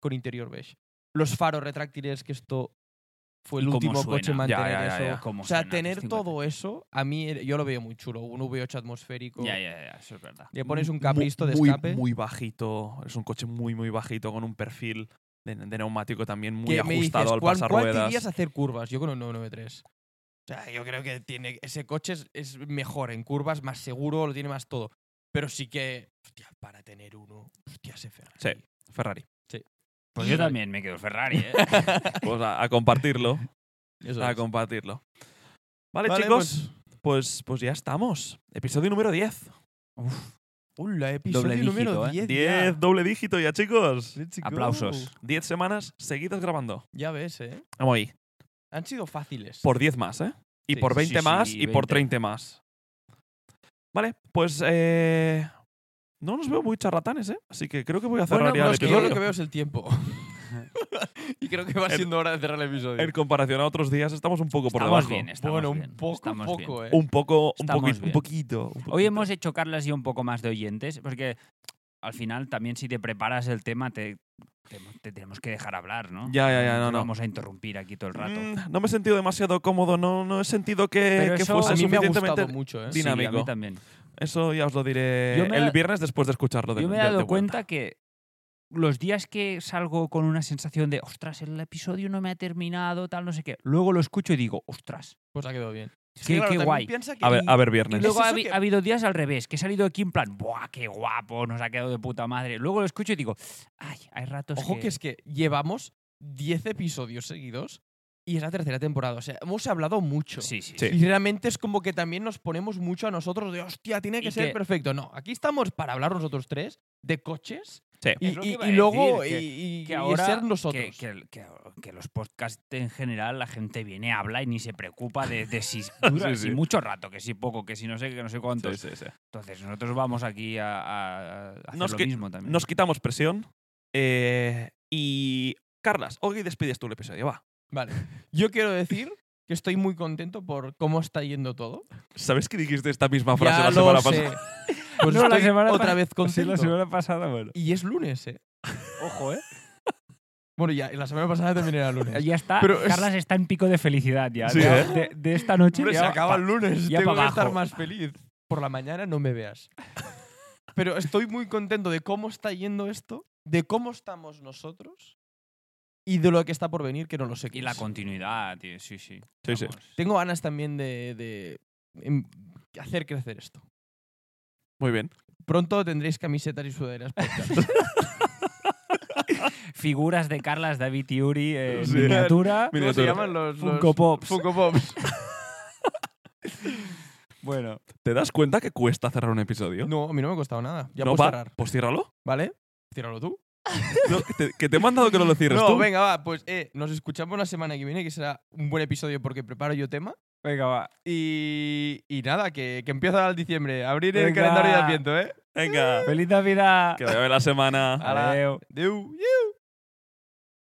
Speaker 2: con interior beige. Los faros retráctiles, que esto fue el
Speaker 3: Y cómo
Speaker 2: último
Speaker 3: suena.
Speaker 2: coche en
Speaker 3: Ya,
Speaker 1: ya,
Speaker 2: mantener
Speaker 1: ya,
Speaker 2: eso.
Speaker 1: ya.
Speaker 3: Cómo
Speaker 2: O sea,
Speaker 3: suena,
Speaker 2: tener
Speaker 3: 350.
Speaker 2: todo eso, a mí eh, yo lo veo muy chulo. Un V8 atmosférico.
Speaker 3: Ya, ya, ya, eso es verdad.
Speaker 2: Le pones un
Speaker 1: Mu-
Speaker 2: capristo de
Speaker 1: muy,
Speaker 2: escape.
Speaker 1: Muy bajito. Es un coche muy, muy bajito, con un perfil de, de neumático también muy
Speaker 2: que me dices,
Speaker 1: ajustado al
Speaker 2: ¿cuál,
Speaker 1: pasar
Speaker 2: cuál te
Speaker 1: ruedas.
Speaker 2: irías a hacer curvas? Yo con un 993. O sea, yo creo que tiene, ese coche es, es mejor en curvas, más seguro, lo tiene más todo. Pero sí que, hostia, para tener uno, hostia, ese Ferrari.
Speaker 1: Sí. Ferrari.
Speaker 3: Pues
Speaker 2: Y-
Speaker 3: yo también me quedo Ferrari, ¿eh?
Speaker 1: Pues a, a compartirlo.
Speaker 2: Eso
Speaker 1: a
Speaker 2: es.
Speaker 1: compartirlo. Vale,
Speaker 2: Vale,
Speaker 1: chicos. Pues... Pues, ya estamos. Episodio número 10.
Speaker 2: Hola, episodio
Speaker 3: dígito,
Speaker 2: número
Speaker 3: ¿eh?
Speaker 2: 10.
Speaker 1: 10, doble dígito ya, chicos.
Speaker 2: ya. Let's go.
Speaker 3: Aplausos.
Speaker 1: 10 semanas seguidas grabando.
Speaker 2: Ya ves, ¿eh?
Speaker 1: Vamos ahí.
Speaker 2: Han sido fáciles.
Speaker 1: Por 10 más, ¿eh? Y
Speaker 2: Sí,
Speaker 1: por
Speaker 3: sí,
Speaker 1: 20
Speaker 3: sí,
Speaker 1: más y por
Speaker 3: 20.
Speaker 1: 30 más. Vale, pues eh, no nos veo muy charlatanes, ¿eh? Así que creo que voy a cerrar
Speaker 3: Bueno,
Speaker 1: ya
Speaker 2: No,
Speaker 1: el
Speaker 2: es que yo
Speaker 1: episodio.
Speaker 2: lo que veo es el tiempo. Y creo que va
Speaker 1: El-
Speaker 2: siendo hora de cerrar el episodio.
Speaker 1: En comparación a otros días, estamos un poco por
Speaker 3: Estamos
Speaker 1: debajo.
Speaker 3: bien, estamos
Speaker 2: bueno,
Speaker 3: bien,
Speaker 2: un poco,
Speaker 3: estamos bien.
Speaker 2: poco, ¿eh?
Speaker 1: Un poco, un,
Speaker 3: Estamos
Speaker 1: poqui-
Speaker 3: bien.
Speaker 1: un poquito. un
Speaker 3: Hoy
Speaker 1: poquito.
Speaker 3: hemos hecho Carlas y un poco más de oyentes, porque al final también si te preparas el tema te, te- te tenemos que dejar hablar, ¿no?
Speaker 1: Ya, ya, ya,
Speaker 3: te
Speaker 1: no, no.
Speaker 3: vamos a interrumpir aquí todo el rato.
Speaker 1: Mm, no me he sentido demasiado cómodo, no, no he sentido que,
Speaker 3: Pero
Speaker 1: que
Speaker 3: eso
Speaker 1: fuese
Speaker 2: a mí me ha
Speaker 1: suficientemente.
Speaker 2: gustado mucho, ¿eh?
Speaker 1: Sí, dinámico.
Speaker 3: Sí, a mí también.
Speaker 1: Eso ya os lo diré
Speaker 3: Yo me
Speaker 1: el
Speaker 3: da-
Speaker 1: viernes después de escucharlo. De,
Speaker 3: Yo me he
Speaker 1: de-
Speaker 3: dado
Speaker 1: de vuelta.
Speaker 3: cuenta que los días que salgo con una sensación de, ostras, el episodio no me ha terminado, tal, no sé qué, luego lo escucho y digo, ostras,
Speaker 2: Pues ha quedado bien.
Speaker 3: qué, qué guay.
Speaker 1: A ver, a ver, viernes.
Speaker 3: Y luego
Speaker 4: eso
Speaker 3: ha, habi-
Speaker 4: que-
Speaker 3: ha habido días al revés, que he salido aquí en plan, ¡buah, qué guapo! Nos ha quedado de puta madre. Luego lo escucho y digo, ¡ay, hay ratos
Speaker 2: Ojo que... es que llevamos 10 episodios seguidos y es la tercera temporada. O sea, hemos hablado mucho.
Speaker 3: Sí, sí.
Speaker 1: Sí.
Speaker 2: Y realmente es como que también nos ponemos mucho a nosotros de hostia, tiene que
Speaker 3: Y
Speaker 2: ser
Speaker 3: que-
Speaker 2: perfecto. No, aquí estamos para hablar nosotros tres de coches
Speaker 1: Sí.
Speaker 2: y,
Speaker 3: Es lo que
Speaker 2: y-
Speaker 3: iba
Speaker 2: y
Speaker 3: a
Speaker 2: luego
Speaker 3: decir,
Speaker 2: y-
Speaker 3: que-
Speaker 2: y,
Speaker 3: que
Speaker 2: y
Speaker 3: ahora
Speaker 2: ser nosotros.
Speaker 3: Que, que- que- que los podcasts en general la gente viene, habla y ni se preocupa de, de si dura,
Speaker 1: Sí,
Speaker 3: si
Speaker 1: sí.
Speaker 3: mucho rato, que si poco, que si no sé, qué, que no sé cuánto.
Speaker 1: Sí, sí, sí.
Speaker 3: Entonces nosotros vamos aquí a, a- a hacer
Speaker 1: Nos
Speaker 3: lo
Speaker 1: que-
Speaker 3: mismo también.
Speaker 1: Nos quitamos presión. eh, y. Carlas, hoy despides tú el episodio, va.
Speaker 2: Vale. Yo quiero decir que estoy muy contento por cómo está yendo todo.
Speaker 1: ¿Sabes que dijiste esta misma frase la
Speaker 2: lo
Speaker 1: semana
Speaker 2: sé.
Speaker 1: pasada?
Speaker 2: Pues
Speaker 3: No, la
Speaker 2: estoy
Speaker 3: semana
Speaker 2: otra
Speaker 3: pas-
Speaker 2: vez contento.
Speaker 3: pasada, bueno.
Speaker 2: Y es lunes, ¿eh?
Speaker 3: Ojo, ¿eh?
Speaker 2: Bueno, ya, la semana pasada también era lunes.
Speaker 3: Ya está.
Speaker 2: Pero es-
Speaker 3: Carlas está en pico de felicidad ya.
Speaker 1: Sí,
Speaker 3: de,
Speaker 1: ¿eh?
Speaker 3: de- de esta noche.
Speaker 2: Hombre,
Speaker 3: ya
Speaker 2: se acaba
Speaker 3: pa-
Speaker 2: el lunes,
Speaker 3: ya
Speaker 2: tengo
Speaker 3: pa'
Speaker 2: que estar
Speaker 3: abajo.
Speaker 2: más feliz. Por la mañana no me veas. Pero estoy muy contento de cómo está yendo esto, de cómo estamos nosotros y de lo que está por venir, que no lo sé. qué
Speaker 3: Y la
Speaker 2: es.
Speaker 3: continuidad, tío, sí, sí.
Speaker 1: Sí, sí.
Speaker 3: Vamos.
Speaker 2: Tengo ganas también de, de, em, hacer crecer esto.
Speaker 1: Muy bien.
Speaker 2: Pronto tendréis camisetas y sudaderas. podcast.
Speaker 3: Figuras de Carlas, David y Uri en
Speaker 1: Sí.
Speaker 2: ¿Cómo
Speaker 3: miniatura.
Speaker 2: se
Speaker 1: Miniatura.
Speaker 2: llaman los, los
Speaker 3: Funko Pops.
Speaker 2: Funko Pops?
Speaker 3: Bueno.
Speaker 1: ¿Te das cuenta que cuesta cerrar un episodio?
Speaker 2: No, a mí no me ha costado nada. Ya
Speaker 1: No,
Speaker 2: puedo
Speaker 1: va,
Speaker 2: cerrar,
Speaker 1: Pues ciérralo.
Speaker 2: ¿vale? Ciérralo tú.
Speaker 1: No, que, te, que te he mandado que no lo cierres
Speaker 2: no,
Speaker 1: tú.
Speaker 2: venga, va. Pues eh, nos escuchamos la semana que viene, que será un buen episodio porque preparo yo tema.
Speaker 3: Venga, va.
Speaker 2: Y, y nada, que, que empieza el diciembre. Abrir el
Speaker 3: Venga.
Speaker 2: calendario de Adviento, ¿eh?
Speaker 1: Venga.
Speaker 3: ¡Feliz Navidad!
Speaker 1: Que vaya bien la semana.
Speaker 2: Ala.
Speaker 3: Adeu.
Speaker 2: Deu, iu.